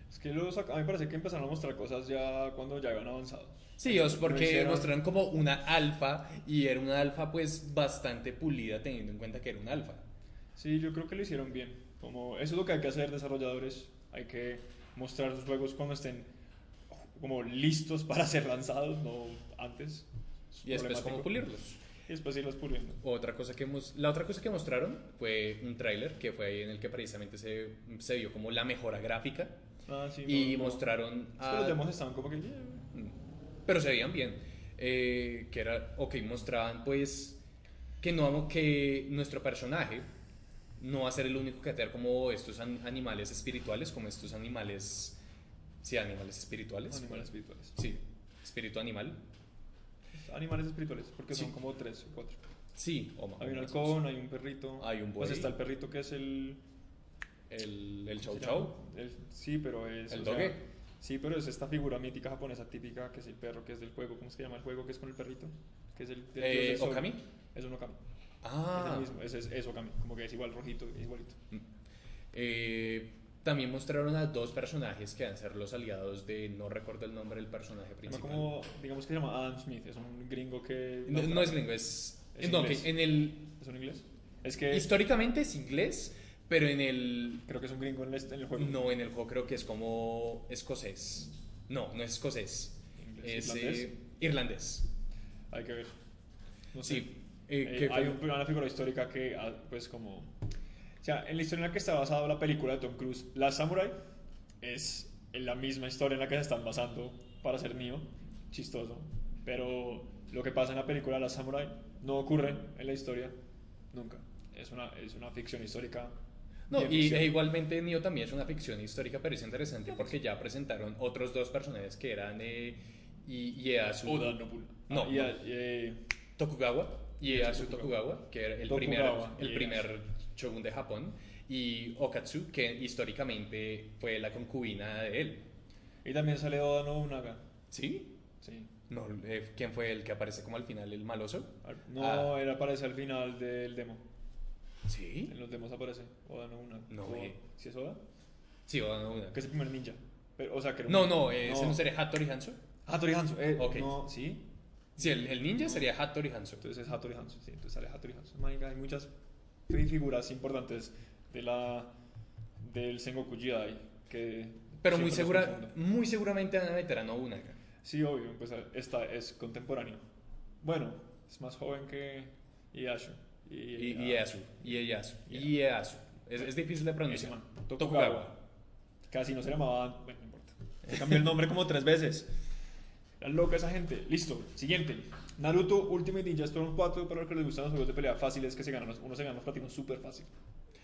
Es que lo sac- a mí me parece que empezaron a mostrar cosas ya cuando ya iban avanzados.
Sí, os
No
porque
Pues, hicieron-
mostraron como una alfa y era una alfa pues bastante pulida teniendo en cuenta que era una alfa.
Sí, yo creo que lo hicieron bien. Como eso es lo que hay que hacer desarrolladores. Hay que mostrar sus juegos cuando estén como listos para ser lanzados, no antes. Es
Y después cómo
problemático.
pulirlos.
Y después irlos puliendo.
Otra cosa que hemos, la otra cosa que mostraron fue un tráiler que fue ahí en el que precisamente se, se vio como la mejora gráfica
Ah, sí,
y
no, no.
mostraron
Es que
a- Mm.
los demos estaban como que... "Yeah".
pero se veían bien Eh, que era ok mostraban pues que no vamos que nuestro personaje no va a ser el único que va a tener como estos an- animales espirituales como estos animales sí animales espirituales
Animales espirituales.
sí espíritu animal
Animales espirituales, porque
Sí.
son como tres o cuatro.
Sí, o más.
Hay un
o más.
halcón, hay un perrito.
Hay un
Pues
buey.
está el perrito que es el.
El, el chau
¿cómo se
chau.
llama? El- sí, pero es.
¿El
o sea,
doge?
sí, pero es esta figura mítica japonesa típica que es el perro, que es del juego. ¿Cómo se llama el juego que es con el perrito? Que es el. del
Eh,
dios del sol.
¿Okami?
Es un Okami. Es
Ah,
el mismo, es, es, es Okami. Como que es igual, rojito, es igualito.
eh, también mostraron a dos personajes que van a ser los aliados de. No recuerdo el nombre del personaje
Se llama
principal.
como, digamos que se llama Adam Smith, es un gringo que...
No, no es gringo, es.
Es
no,
inglés.
que en el,
¿Es un inglés? Es que
Históricamente es inglés, pero en el.
creo que es un gringo en el, en el juego.
No, en el juego creo que es como escocés. No, no es escocés.
Inglés,
Es eh,
irlandés.
irlandés.
Hay que ver. No sé.
Sí. eh,
Eh,
que-
hay un- una figura histórica que, ah, pues como... O sea, en la historia en la que está basada la película de Tom Cruise, La Samurai, es en la misma historia en la que se están basando para ser mío. Chistoso. Pero lo que pasa en la película La Samurai no ocurre en la historia nunca. Es una, es una ficción histórica.
No,
bien
y
ficción.
e igualmente Neo también es una ficción histórica, pero es interesante porque ya presentaron otros dos personajes que eran eh, I- Ieyasu
Oda Nobunaga.
No,
Ah, y a-
no.
y, eh,
Tokugawa, Ieyasu
Tokugawa.
Tokugawa, que era el primer,
Tokugawa,
el
Ieyasu.
primer shogun de Japón, y Okatsu, que históricamente fue la concubina de él.
y también sale Oda Nobunaga.
¿Sí?
Sí.
No, eh, ¿Quién fue el que aparece como al final, el maloso?
Al- No,
Ah.
él aparece al final del demo.
Sí.
En los demos aparece Oda Nobunaga.
No,
O-
eh.
¿Sí es Oda?
Sí, o no, no.
Que es el primer ninja. Pero, o sea, que era un-
No, no, eh, ese no sería Hattori Hanzo.
Hattori Hanzo. Eh,
Ok.
No, sí.
Sí, el, el ninja sería Hattori Hanzo.
Entonces es Hattori Hanzo. Sí, entonces sale Hattori Hanzo. Marica, hay muchas fi- figuras importantes de la, del Sengoku Jidai. Que
Pero muy,
siempre los
segura,
confundo.
muy seguramente van a meter a Nobunaga.
Sí, obvio. Pues esta es contemporáneo. Bueno, es más joven que Ieyasu. Y,
Y
ah,
Ieyasu, Ieyasu,
Ya.
Ieyasu. Es, es difícil de
Ese
pronunciar.
man,
Tokugawa.
Casi no se llamaba. Bueno, no importa. Se cambió el nombre como tres veces. Era loca esa gente. Listo. Siguiente. Naruto Ultimate Ninja Storm 4 para los que les gustan los juegos de pelea fáciles que se ganan. los- Uno se gana los platinos súper fácil.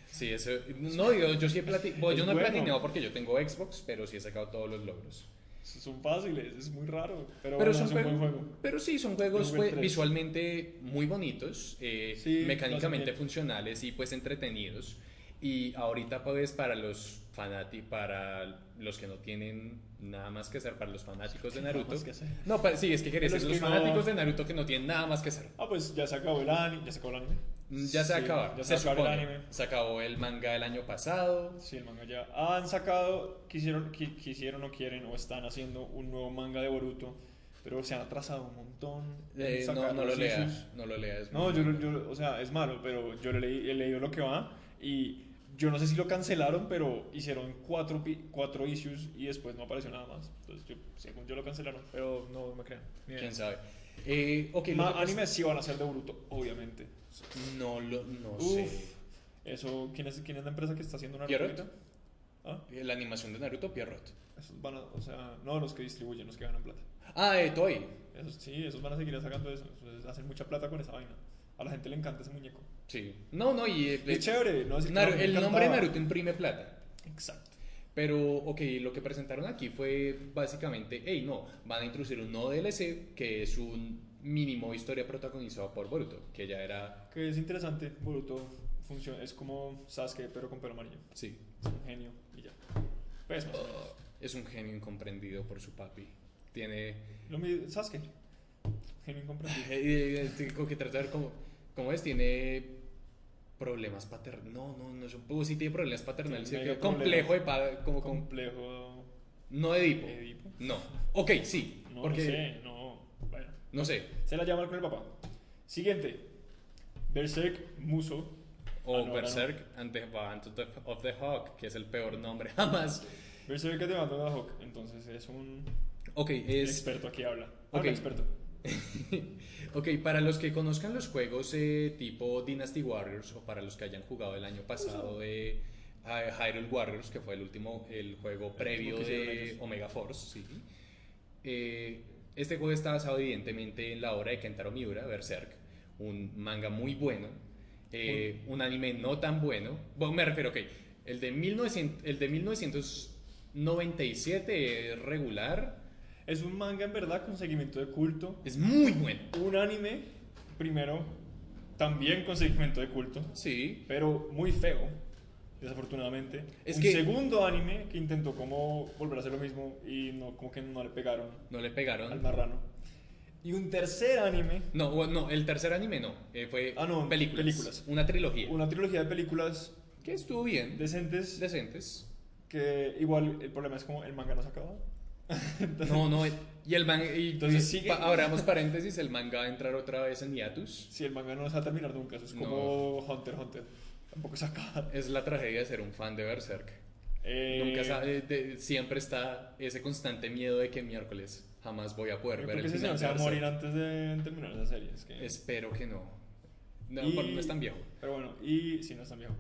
Sí, ese, no, yo, yo sí he plati- bueno, yo
Es
no he
bueno.
platineado porque yo tengo Xbox, pero sí he sacado todos los logros.
Son fáciles. Es muy raro. Pero,
Pero,
bueno,
son
es un buen
juegos-
juego.
pero sí, son juegos
Yo jugué
jue-
tres.
visualmente muy bonitos, eh,
Sí, lo hacen
mecánicamente
bien.
funcionales y pues entretenidos. Y ahorita pues para los fanáticos, para los que no tienen nada más que hacer, para los fanáticos de
Nada
Naruto.
más que hacer.
No, pa- sí, es que quería
Los
decir, los
que no-
fanáticos de Naruto que no tienen nada más que hacer.
Ah, pues ya se acabó el anime. Ya se acabó el anime.
Mm, Ya se
Sí,
acaba,
Ya
se,
se, acabó el
supone.
anime.
Se acabó el manga el año pasado.
Sí, el manga ya. Han sacado, quisieron, qui- quisieron o quieren, o están haciendo un nuevo manga de Boruto, pero se han atrasado un montón. en
Eh, no,
sacar
no lo
los
leas,
issues.
no lo leas.
No, yo, lo- yo, lo- o sea, es malo, pero yo le leí, he leído lo que va y yo no sé si lo cancelaron, pero hicieron cuatro, pi- cuatro issues y después no apareció nada más. Entonces, yo, según yo lo cancelaron, pero no me crean. Ni idea.
quién sabe. Eh, ok, lo
Ma-
que pasa-
animes sí van a ser de Boruto, obviamente.
No, lo, no
Uf.
sé.
Eso, ¿quién es, ¿quién es la empresa que está haciendo una
Pierrot.
¿Ah?
La animación de Naruto, Pierrot.
Esos van a, o sea, no los que distribuyen, los que ganan plata.
Ah, eh, Toei.
Esos, sí, esos van a seguir sacando eso. esos hacen mucha plata con esa vaina. A la gente le encanta ese muñeco.
Sí. No, no, y. eh,
Es chévere, ¿no? Es-
Naru-
no, me
el
encantaba.
nombre de Naruto imprime plata.
Exacto.
Pero, ok, lo que presentaron aquí fue básicamente, hey, no, van a introducir un no DLC que es un mínimo historia protagonizado por Boruto, que ya era,
Que es interesante, Boruto funciona, es como Sasuke, pero con pelo amarillo.
sí,
Es un genio y ya. Pues, más o menos.
es un genio incomprendido por su papi. Tiene,
Lo mi- Sasuke. Genio incomprendido.
eh, eh, tengo que tratar como, ¿cómo es? Tiene problemas paternales, no, no, no, es un poco, sí tiene problemas paternales,
Tiene
sí,
mega
complejo de pa- como, com-
Complejo.
no Edipo,
Edipo.
no, ok, sí,
No,
porque,
no sé, no. Bueno.
no sé,
Se la llama con el papá. Siguiente. Berserk Muso.
O
Ah, no, era
Berserk and the Band of the, of the Hawk, que es el peor nombre jamás.
Berserk que te mandó a Hawk. Entonces es un
Ok, es.
experto aquí habla.
Ok.
Habla experto.
ok, para los que conozcan los juegos eh, tipo Dynasty Warriors o para los que hayan jugado el año pasado de eh, Hyrule Warriors, que fue el último el juego previo
que hicieron
de
ellos.
Omega Force, sí. Eh, este juego está basado evidentemente en la obra de Kentaro Miura, Berserk, un manga muy bueno, eh, un anime no tan bueno. Bueno, me refiero, ok, el de, 1900 el de 1997 es regular,
Es un manga en verdad con seguimiento de culto.
es muy bueno.
Un anime, primero, también con segmento de culto,
Sí.
pero muy feo, desafortunadamente.
Es
un
que-
segundo anime que intentó como volver a hacer lo mismo y no, como que no le pegaron
No le
al
pegaron.
marrano. Y un tercer anime,
No, o- no, el tercer anime no. eh, fue
Ah, no,
películas,
películas.
Una trilogía.
una trilogía de películas
Que estuvo bien.
decentes,
decentes.
que igual el problema es como el manga no se acaba. Entonces-
No, no. Y el manga. Y
Entonces
y
sigue.
pa- abramos paréntesis. El manga va a entrar otra vez en hiatus.
Si el manga no se va a terminar nunca, eso es como Hunter x Hunter. Tampoco se acaba.
Es la tragedia de ser un fan de Berserk.
Eh,
Nunca sabe, de- siempre está ese constante miedo de que miércoles jamás voy a
Yo
poder
creo
ver
que
el
ese señor
final.
se
de
va a
Berserk.
morir antes de terminar esa serie. es que-
Espero que no. No,
Y-
bueno, no es tan viejo.
Pero bueno, y si no es tan viejo.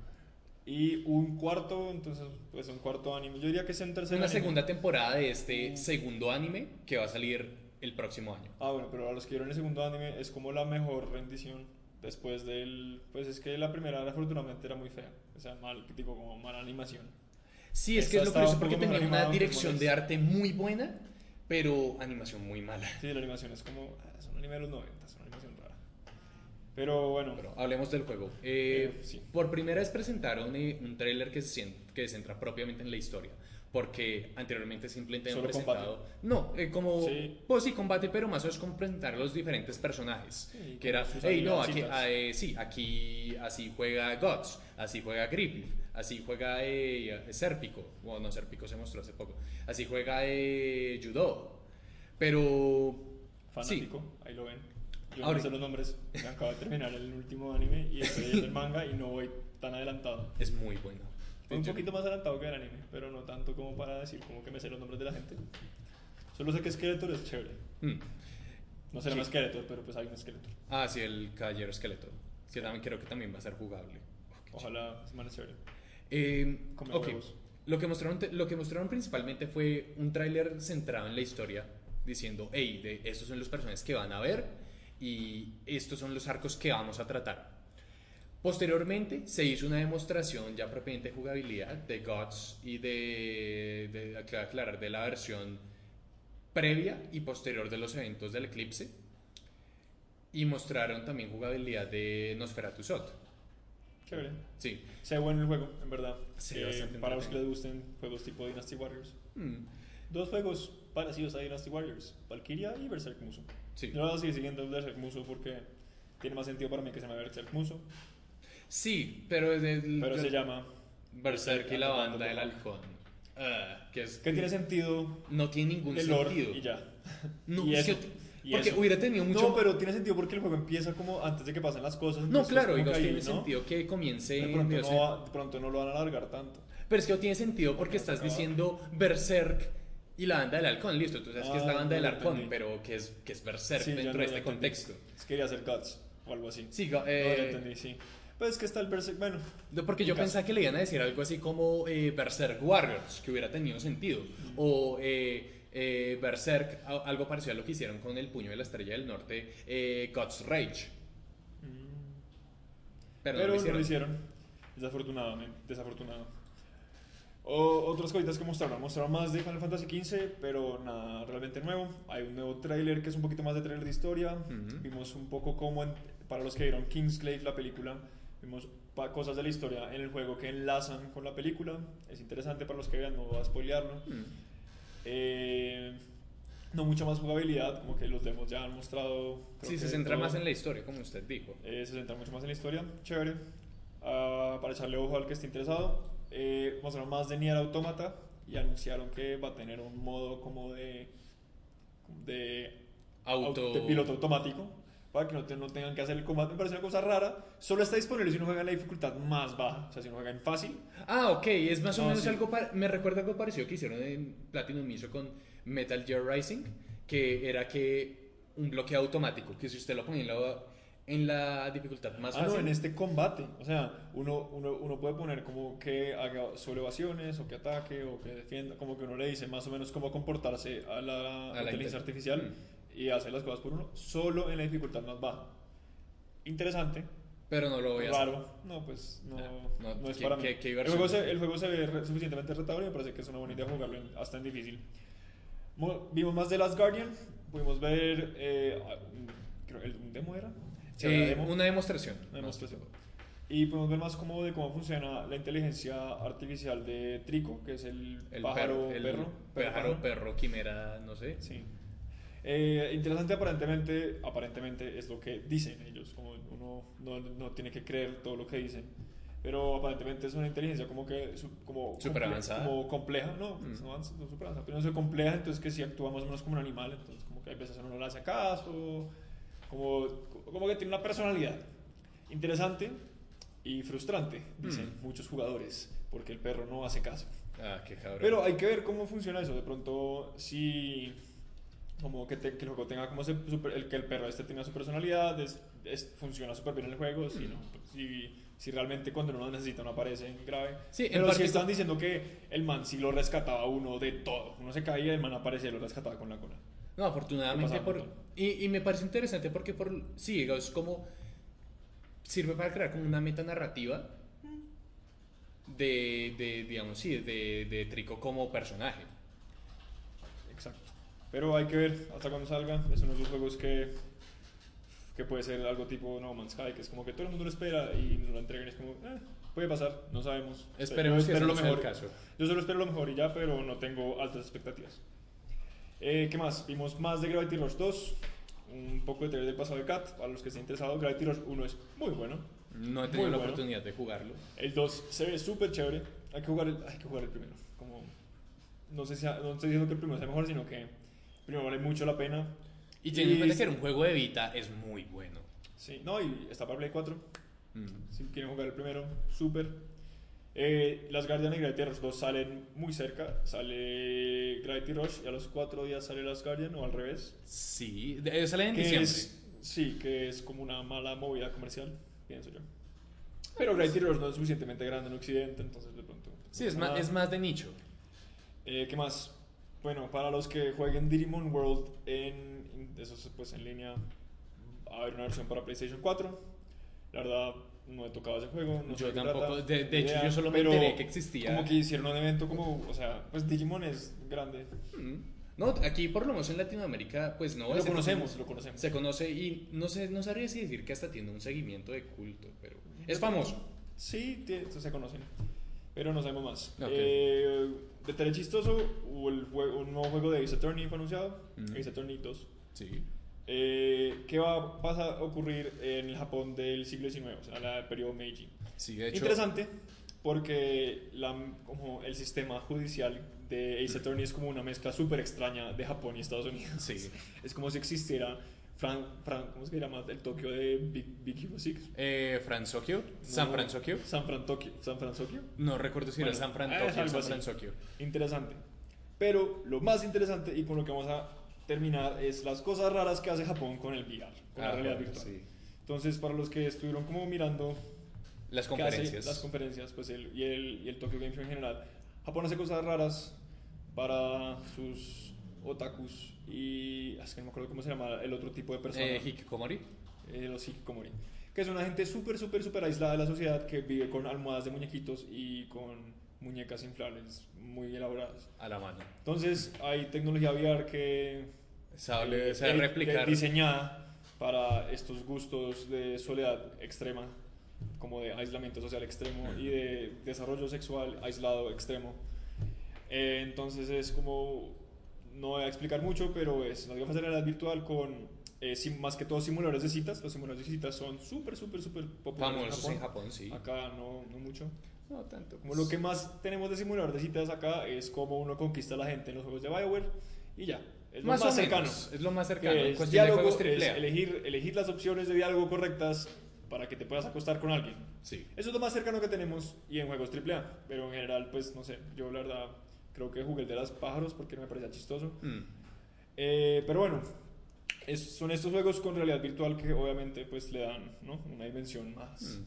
Y un cuarto, entonces, pues un cuarto anime. Yo diría que es un tercer
Una
anime.
segunda temporada de este segundo anime que va a salir el próximo año.
Ah, bueno, pero a los que vieron el segundo anime es como la mejor rendición después del... Pues es que la primera, afortunadamente, era muy fea. O sea, mal, tipo como mala animación.
Sí, es que
Esta
es lo
estaba
curioso
un
porque
poco mejor
tenía una
animada, pues,
dirección de
bueno,
arte muy buena, pero animación muy mala.
Sí, la animación es como... ah, Es un anime de los 90, es una animación rara. Pero bueno,
Pero hablemos del juego. Eh,
Eh, sí.
Por primera vez presentaron eh, un tráiler que se, cien- que se centra propiamente en la historia. Porque anteriormente simplemente habían
Solo
presentado. No, eh, como.
Sí.
Pues sí, combate, pero más o menos como presentar los diferentes personajes.
Sí,
que era.
como sus
"Hey, no, aquí,
habilidades".
ah, eh, sí, aquí así juega Guts, así juega Griffith, así juega eh, Serpico. Bueno, no, Serpico se mostró hace poco. Así juega eh, Judo. Pero. Sí,
fanático, ahí lo ven. Yo
Ahora-
no sé los nombres. Me acabo de terminar el último anime y estoy en el manga y no voy tan adelantado.
es muy bueno.
Fue un
Yo-
poquito más adelantado que el anime, pero no tanto como para decir como que me sé los nombres de la gente. Solo sé que Skeletor es chévere.
Mm.
No sé más
Sí.
Skeletor, pero pues hay un Skeletor.
Ah, sí, el Caballero Esqueleto. Que también creo que también va a ser jugable. Uf, qué
Ojalá se manes chévere.
ch- Eh,
Come
ok.
huevos.
Lo que, mostraron, te- lo que mostraron principalmente fue un tráiler centrado en la historia, diciendo, hey, de, estos son los personajes que van a ver y estos son los arcos que vamos a tratar. Posteriormente se hizo una demostración ya propiamente de jugabilidad de Gods y de, de acla- aclarar de la versión previa y posterior de los eventos del eclipse y mostraron también jugabilidad de Nosferatu Sot.
Chévere.
Sí.
Sea bueno el juego, en verdad.
Sí,
Eh,
bastante
para los que les
entretenido.
gusten juegos tipo Dynasty Warriors.
Mm,
Dos juegos parecidos a Dynasty Warriors, Valkyria y Berserk Muso.
sí.
Yo voy a seguir siguiendo Berserk Muso porque tiene más sentido para mí que se llame Berserk Muso,
Sí, pero es el-
pero se
Mm, yo-
llama...
Berserk y la banda del halcón. Ah, que es
Que tiene sentido
no tiene ningún
el lore
sentido.
y ya.
No,
Y
es
eso,
que-
y
porque
eso.
hubiera tenido mucho
No, pero pues, tiene sentido porque el juego empieza como antes de que pasen las cosas.
No,
entonces
claro,
como
y
que
no
ahí,
tiene
¿no?
sentido que comience
De
en
pronto,
medio
no
centro.
va- de pronto no lo van a alargar tanto.
Pero es que no tiene sentido
Porque
porque
no se
estás
acaba.
diciendo Berserk y la banda del halcón, listo, tú sabes que es la
Ah,
banda del
ya
halcón,
entendí.
pero que es, que es Berserk
Sí, ya
dentro
no,
de
ya
este
entendí.
contexto.
Es que quería hacer Guts o algo así.
Sí, go-
No, ya
eh,
entendí, sí. Pues es que está el Berserk. Bueno,
No, Porque yo
Casi.
pensaba que le iban a decir algo así como eh, Berserk Warriors, que hubiera tenido sentido. O eh, eh, Berserk, a- algo parecido a lo que hicieron con el puño de la estrella del norte, eh, God's Rage.
Mm. pero,
Pero, no lo
no
hicieron.
lo hicieron. Desafortunadamente. Desafortunado. O, otras cositas que mostraron. Mostraron más de Final Fantasy XV, pero nada realmente nuevo. Hay un nuevo tráiler que es un poquito más de tráiler de historia.
Ujú.
Vimos un poco cómo, en- para los que vieron Kingsglaive, la película, vimos pa- cosas de la historia en el juego que enlazan con la película. Es interesante para los que vean, no voy a spoilearlo.
Mm.
Eh, no mucha más jugabilidad, como que los demos ya han mostrado. creo
Sí,
que
se centra
todo.
más en la historia, como usted dijo.
Eh, se centra mucho más en la historia, chévere. Ah, para echarle ojo al que esté interesado, eh, mostraron más de Nier Automata y anunciaron que va a tener un modo como de. de.
Auto.
de piloto automático. Para que no, te- no tengan que hacer el combate, me parece una cosa rara. Solo está disponible si uno juega en la dificultad más baja. O sea, si uno juega en fácil,
Ah, ok, es más o
No,
menos
sí.
algo. par- Me recuerda algo parecido que hicieron en Platinum hizo con Metal Gear Rising, que era que un bloqueo automático, que si usted lo ponía en la, en la dificultad más
Ah,
fácil.
no, en este combate. O sea, uno, uno, uno puede poner como que haga solo evasiones, o que ataque, o que defienda. Como que uno le dice más o menos cómo comportarse a la,
A la
inteligencia
intel-
artificial y hacer las cosas por uno, solo en la dificultad más baja. Interesante,
Pero no lo voy a hacer.
raro. No, pues no,
Ah, no,
no, es
qué-
para mí.
qué- qué
el,
diversión.
juego se, el juego se ve re- suficientemente retador y me parece que es una buena idea jugarlo en- hasta en difícil. Mo- Vimos más de Last Guardian, pudimos ver. eh, ah, un- creo el un demo era. Se ve la
Eh,
demo.
Una demostración.
Una demostración. Y podemos ver más cómo, de cómo funciona la inteligencia artificial de Trico, que es el,
El
pájaro
per- el
perro.
Pájaro,
pájaro.
perro, quimera, no sé.
Sí. Eh, interesante aparentemente, aparentemente es lo que dicen ellos, como uno no, no tiene que creer todo lo que dicen, pero aparentemente es una inteligencia como que su- como
Súper
comple-
avanzada.
como compleja, no, pues
Mm.
no avanzada, no súper avanzada, pero no se compleja, entonces que si actúa más o menos como un animal, entonces como que a veces uno no le hace caso, como, como que tiene una personalidad interesante y frustrante, dicen muchos jugadores, porque el perro no hace caso.
Ah, qué cabrón.
Pero hay que ver cómo funciona eso. De pronto, si. Como que, te- que el juego tenga como ese super- el que el perro este tenga su personalidad, es, es- funciona súper bien en el juego. Si, no, pues, si, si realmente cuando uno lo necesita no aparece grave.
Sí, en
Pero si
particu-
están diciendo que el man sí lo rescataba a uno de todo. Uno se caía y el man aparecía y lo rescataba con la cola.
No, afortunadamente
Pasaba
por...
mucho.
Y, y me parece interesante porque por... Sí, es como... Sirve para crear como una metanarrativa
Mm.
de, de digamos, sí, de, de Trico como personaje.
Exacto. Pero hay que ver hasta cuándo salga. Es uno de esos juegos que, que puede ser algo tipo No Man's Sky, que es como que todo el mundo lo espera y no lo entregan. y Es como, eh, puede pasar, no sabemos.
Esperemos
Yo
que ese
espero
no
lo
sea el
mejor.
caso.
Yo solo espero lo mejor y ya, pero no tengo altas expectativas. Eh, ¿Qué más? Vimos más de Gravity Rush 2, un poco de teoría del pasado de Cat. Para los que estén interesados, Gravity Rush 1 es muy bueno.
No he tenido
Muy
la
bueno.
oportunidad de jugarlo.
El 2 se ve súper chévere. Hay que, jugar el, hay que jugar el primero. Como, no, sé si, no estoy diciendo que el primero sea mejor, sino que el primero vale mucho la pena.
Y teniendo en cuenta que era un juego de Vita, es muy bueno.
Sí, no, y está para Play 4. Si quieren jugar el primero, súper. Eh, las Guardian y Gravity Rush 2 salen muy cerca. Sale Gravity Rush y a los 4 días sale Las Guardian o al revés.
Sí, de- eh, salen en
Que
diciembre.
es, sí, que es como una mala movida comercial, pienso yo. Pero Gravity Rush no es suficientemente grande en Occidente, entonces de pronto.
Sí, es
no
más,
nada.
es más de nicho.
Eh, ¿Qué más? Bueno, para los que jueguen Digimon World en, en- eso es, pues en línea, va a haber una versión para PlayStation 4. La verdad, no he tocado ese juego. No sé
Yo
qué
tampoco,
trata,
de- de
ni
hecho,
idea,
yo solo me
pero
enteré que existía.
Como que hicieron un evento como, o sea, pues Digimon es grande.
Mm. No, aquí por lo menos en Latinoamérica, pues no.
lo
ese-
conocemos, lo conocemos.
Se conoce y no sé, no sabría si decir que hasta tiene un seguimiento de culto, pero es famoso.
Sí, tie- se conocen. Pero no sabemos más.
Ok.
Eh, detalle chistoso, hubo el jue- un nuevo juego de Ace Attorney fue anunciado.
Mm.
Ace Attorney 2.
Sí.
Eh, ¿Qué va a pasar- a ocurrir en el Japón del siglo XIX? O sea, la- el periodo Meiji.
Sí, de hecho.
Interesante, porque la, como el sistema judicial de Ace Attorney es como una mezcla súper extraña de Japón y Estados Unidos.
Sí.
Es como si existiera Fran, Fran- ¿cómo se que llama? El Tokio de Big, Big Hero Six.
Eh, Fransokyo, San
No,
Fransokyo.
San Fran Tokio. San Fran Tokio.
No recuerdo si era
Bueno, ah,
San
es
Fransokyo o
algo
San
así.
Fransokyo.
Interesante. Pero lo más interesante y con lo que vamos a terminar es las cosas raras que hace Japón con el VR, con la
Ah,
realidad
bueno,
virtual.
sí.
Entonces, para los que estuvieron como mirando
Las
qué hace
conferencias.
las conferencias pues el, y, el, y el Tokyo Game Show en general, Japón hace cosas raras para sus otakus y ah, es que no me acuerdo cómo se llama el otro tipo de persona,
Eh, Hikikomori.
eh, los hikikomori, que es una gente súper, súper, súper aislada de la sociedad que vive con almohadas de muñequitos y con muñecas inflables muy elaboradas.
A la mano.
Entonces, hay tecnología VR que
Sabe,
eh,
sabe
eh,
replicar.
eh, diseñada para estos gustos de soledad extrema, como de aislamiento social extremo y de desarrollo sexual aislado extremo. Eh, entonces es como, no voy a explicar mucho, pero es una gafas de realidad virtual con eh, sim- más que todo simuladores de citas. Los simuladores de citas son súper, súper, súper populares
famosos en Japón, sí.
Acá no, no mucho.
No tanto.
Como lo que más tenemos de simulador de citas acá es cómo uno conquista a la gente en los juegos de Bioware y ya. Es
más,
lo más
o
cercano.
menos, Es lo más
Que
cercano. En
es
cuestión
diálogo,
de juegos
es
triple A.
elegir, elegir las opciones de diálogo correctas para que te puedas acostar con alguien.
Sí.
Eso es lo más cercano que tenemos y en juegos AAA. Pero en general, pues no sé, yo la verdad creo que jugué el de las pájaros porque me parecía chistoso.
Mm.
Eh, pero bueno, es- son estos juegos con realidad virtual que obviamente pues le dan ¿no? una dimensión más.
Mm.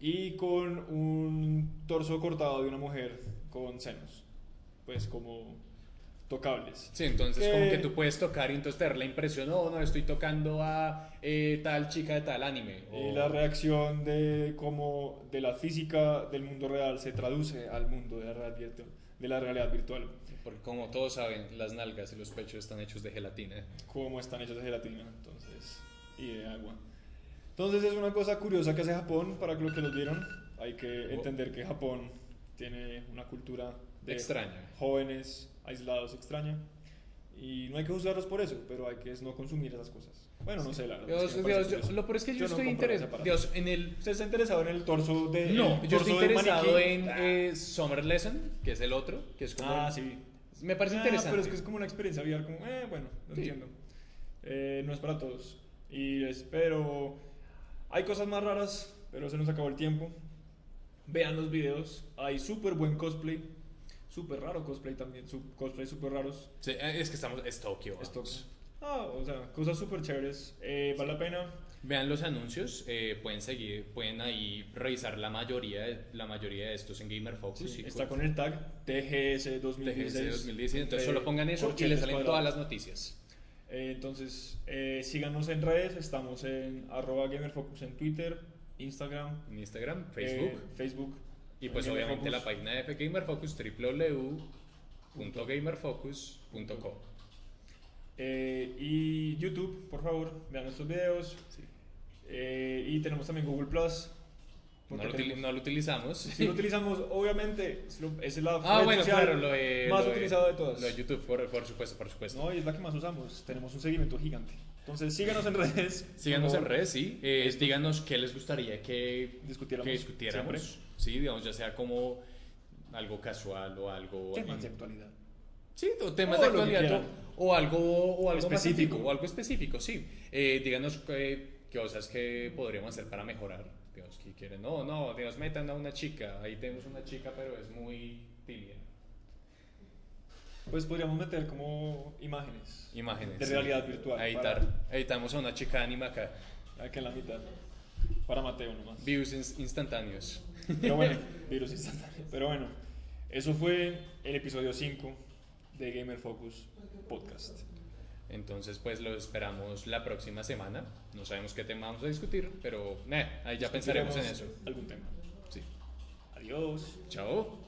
Y con un torso cortado de una mujer con senos, pues como tocables.
Sí, entonces
Que-
como que tú puedes tocar y entonces te da la impresión, "Oh, no, no, estoy tocando a eh, tal chica de tal anime.
Y
o-
la reacción de cómo de la física del mundo real se traduce al mundo de la realidad virtual. De la realidad virtual
Porque como todos saben, las nalgas y los pechos están hechos de gelatina.
cómo están hechos de gelatina entonces, y de agua. Entonces es una cosa curiosa que hace Japón, para los que los vieron, hay que entender que Japón tiene una cultura de
Extraña.
jóvenes aislados extraña. Y no hay que juzgarlos por eso, pero hay que es no consumir esas cosas. Bueno, no sé, la verdad. es
Dios,
que me parece
Dios, yo-
curioso.
lo peor es que yo,
no compro
estoy
ese
interesado.
aparato.
Dios, en el.
¿Usted está interesado en el torso de.? el
No, yo
torso
estoy
del
interesado
maniquí?
en eh, Summer Lesson, que es el otro, que es como.
Ah, sí.
Me parece
Ah,
interesante.
Pero es que es como una experiencia VR, como, eh, bueno, lo
Sí.
entiendo. Eh, no es para todos. Y espero. Hay cosas más raras, pero se nos acabó el tiempo. Vean los videos. Hay súper buen cosplay. Súper raro cosplay también. Su cosplay súper raros.
Sí, eh, es que estamos. Es Tokio. vamos.
Esto- Ah, o sea, cosas súper chéveres. Eh, vale la pena.
Vean los anuncios, eh, pueden seguir, pueden ahí revisar la mayoría, de- la mayoría de estos en Gamer Focus.
Sí,
y
está con el tag TGS 2016.
TGS 2016, entonces
Eh,
solo pongan eso y les
corchetes
salen todas
cuadrados.
las noticias.
Eh, entonces, eh, síganos en redes. Estamos en arroba gamerfocus en Twitter, Instagram,
En Instagram,
eh,
Facebook
Facebook.
y pues
Gamer
obviamente la
Focus.
página de Gamer Focus, www.gamerfocus.co.
Eh, y YouTube, por favor, vean nuestros videos. Eh, y tenemos también Google Plus.
No,
porque
lo utili-
queremos-
no lo utilizamos.
Si lo utilizamos, obviamente, es, lo- es la
ah,
red
bueno,
social
claro, lo de,
más
lo
utilizada de todas.
Lo de YouTube, por, por supuesto, por supuesto.
No, y es la que más usamos. Tenemos un seguimiento gigante. Entonces, síganos en redes. por
Síganos en
favor.
redes, sí. Eh, díganos qué les gustaría que
Discutiéramos
que discutiéramos. Sí, digamos, ya sea como algo casual o algo.
Temas de
en-
actualidad.
Sí, o temas
O
de
lo que
actualidad.
quieran.
O, o algo, o algo más
Específico.
antiguo, o algo específico, sí. Eh, díganos qué qué cosas que podríamos hacer para mejorar. Digamos, que quieren. No, no, digamos, metan a una chica. Ahí tenemos una chica, pero es muy tímida.
Pues podríamos meter como imágenes.
Imágenes.
De
sí.
realidad virtual.
Editar. Editamos a una chica anima acá.
Aquí en la mitad. Para Mateo nomás.
Views ins- instantáneos.
Pero bueno, virus instantáneo. Pero bueno, eso fue el episodio 5 de Gamer Focus Podcast.
Entonces, pues lo esperamos la próxima semana. No sabemos qué tema vamos a discutir, pero nah, ahí ya pensaremos en eso.
Discutiremos Algún tema.
Sí.
Adiós.
Chao.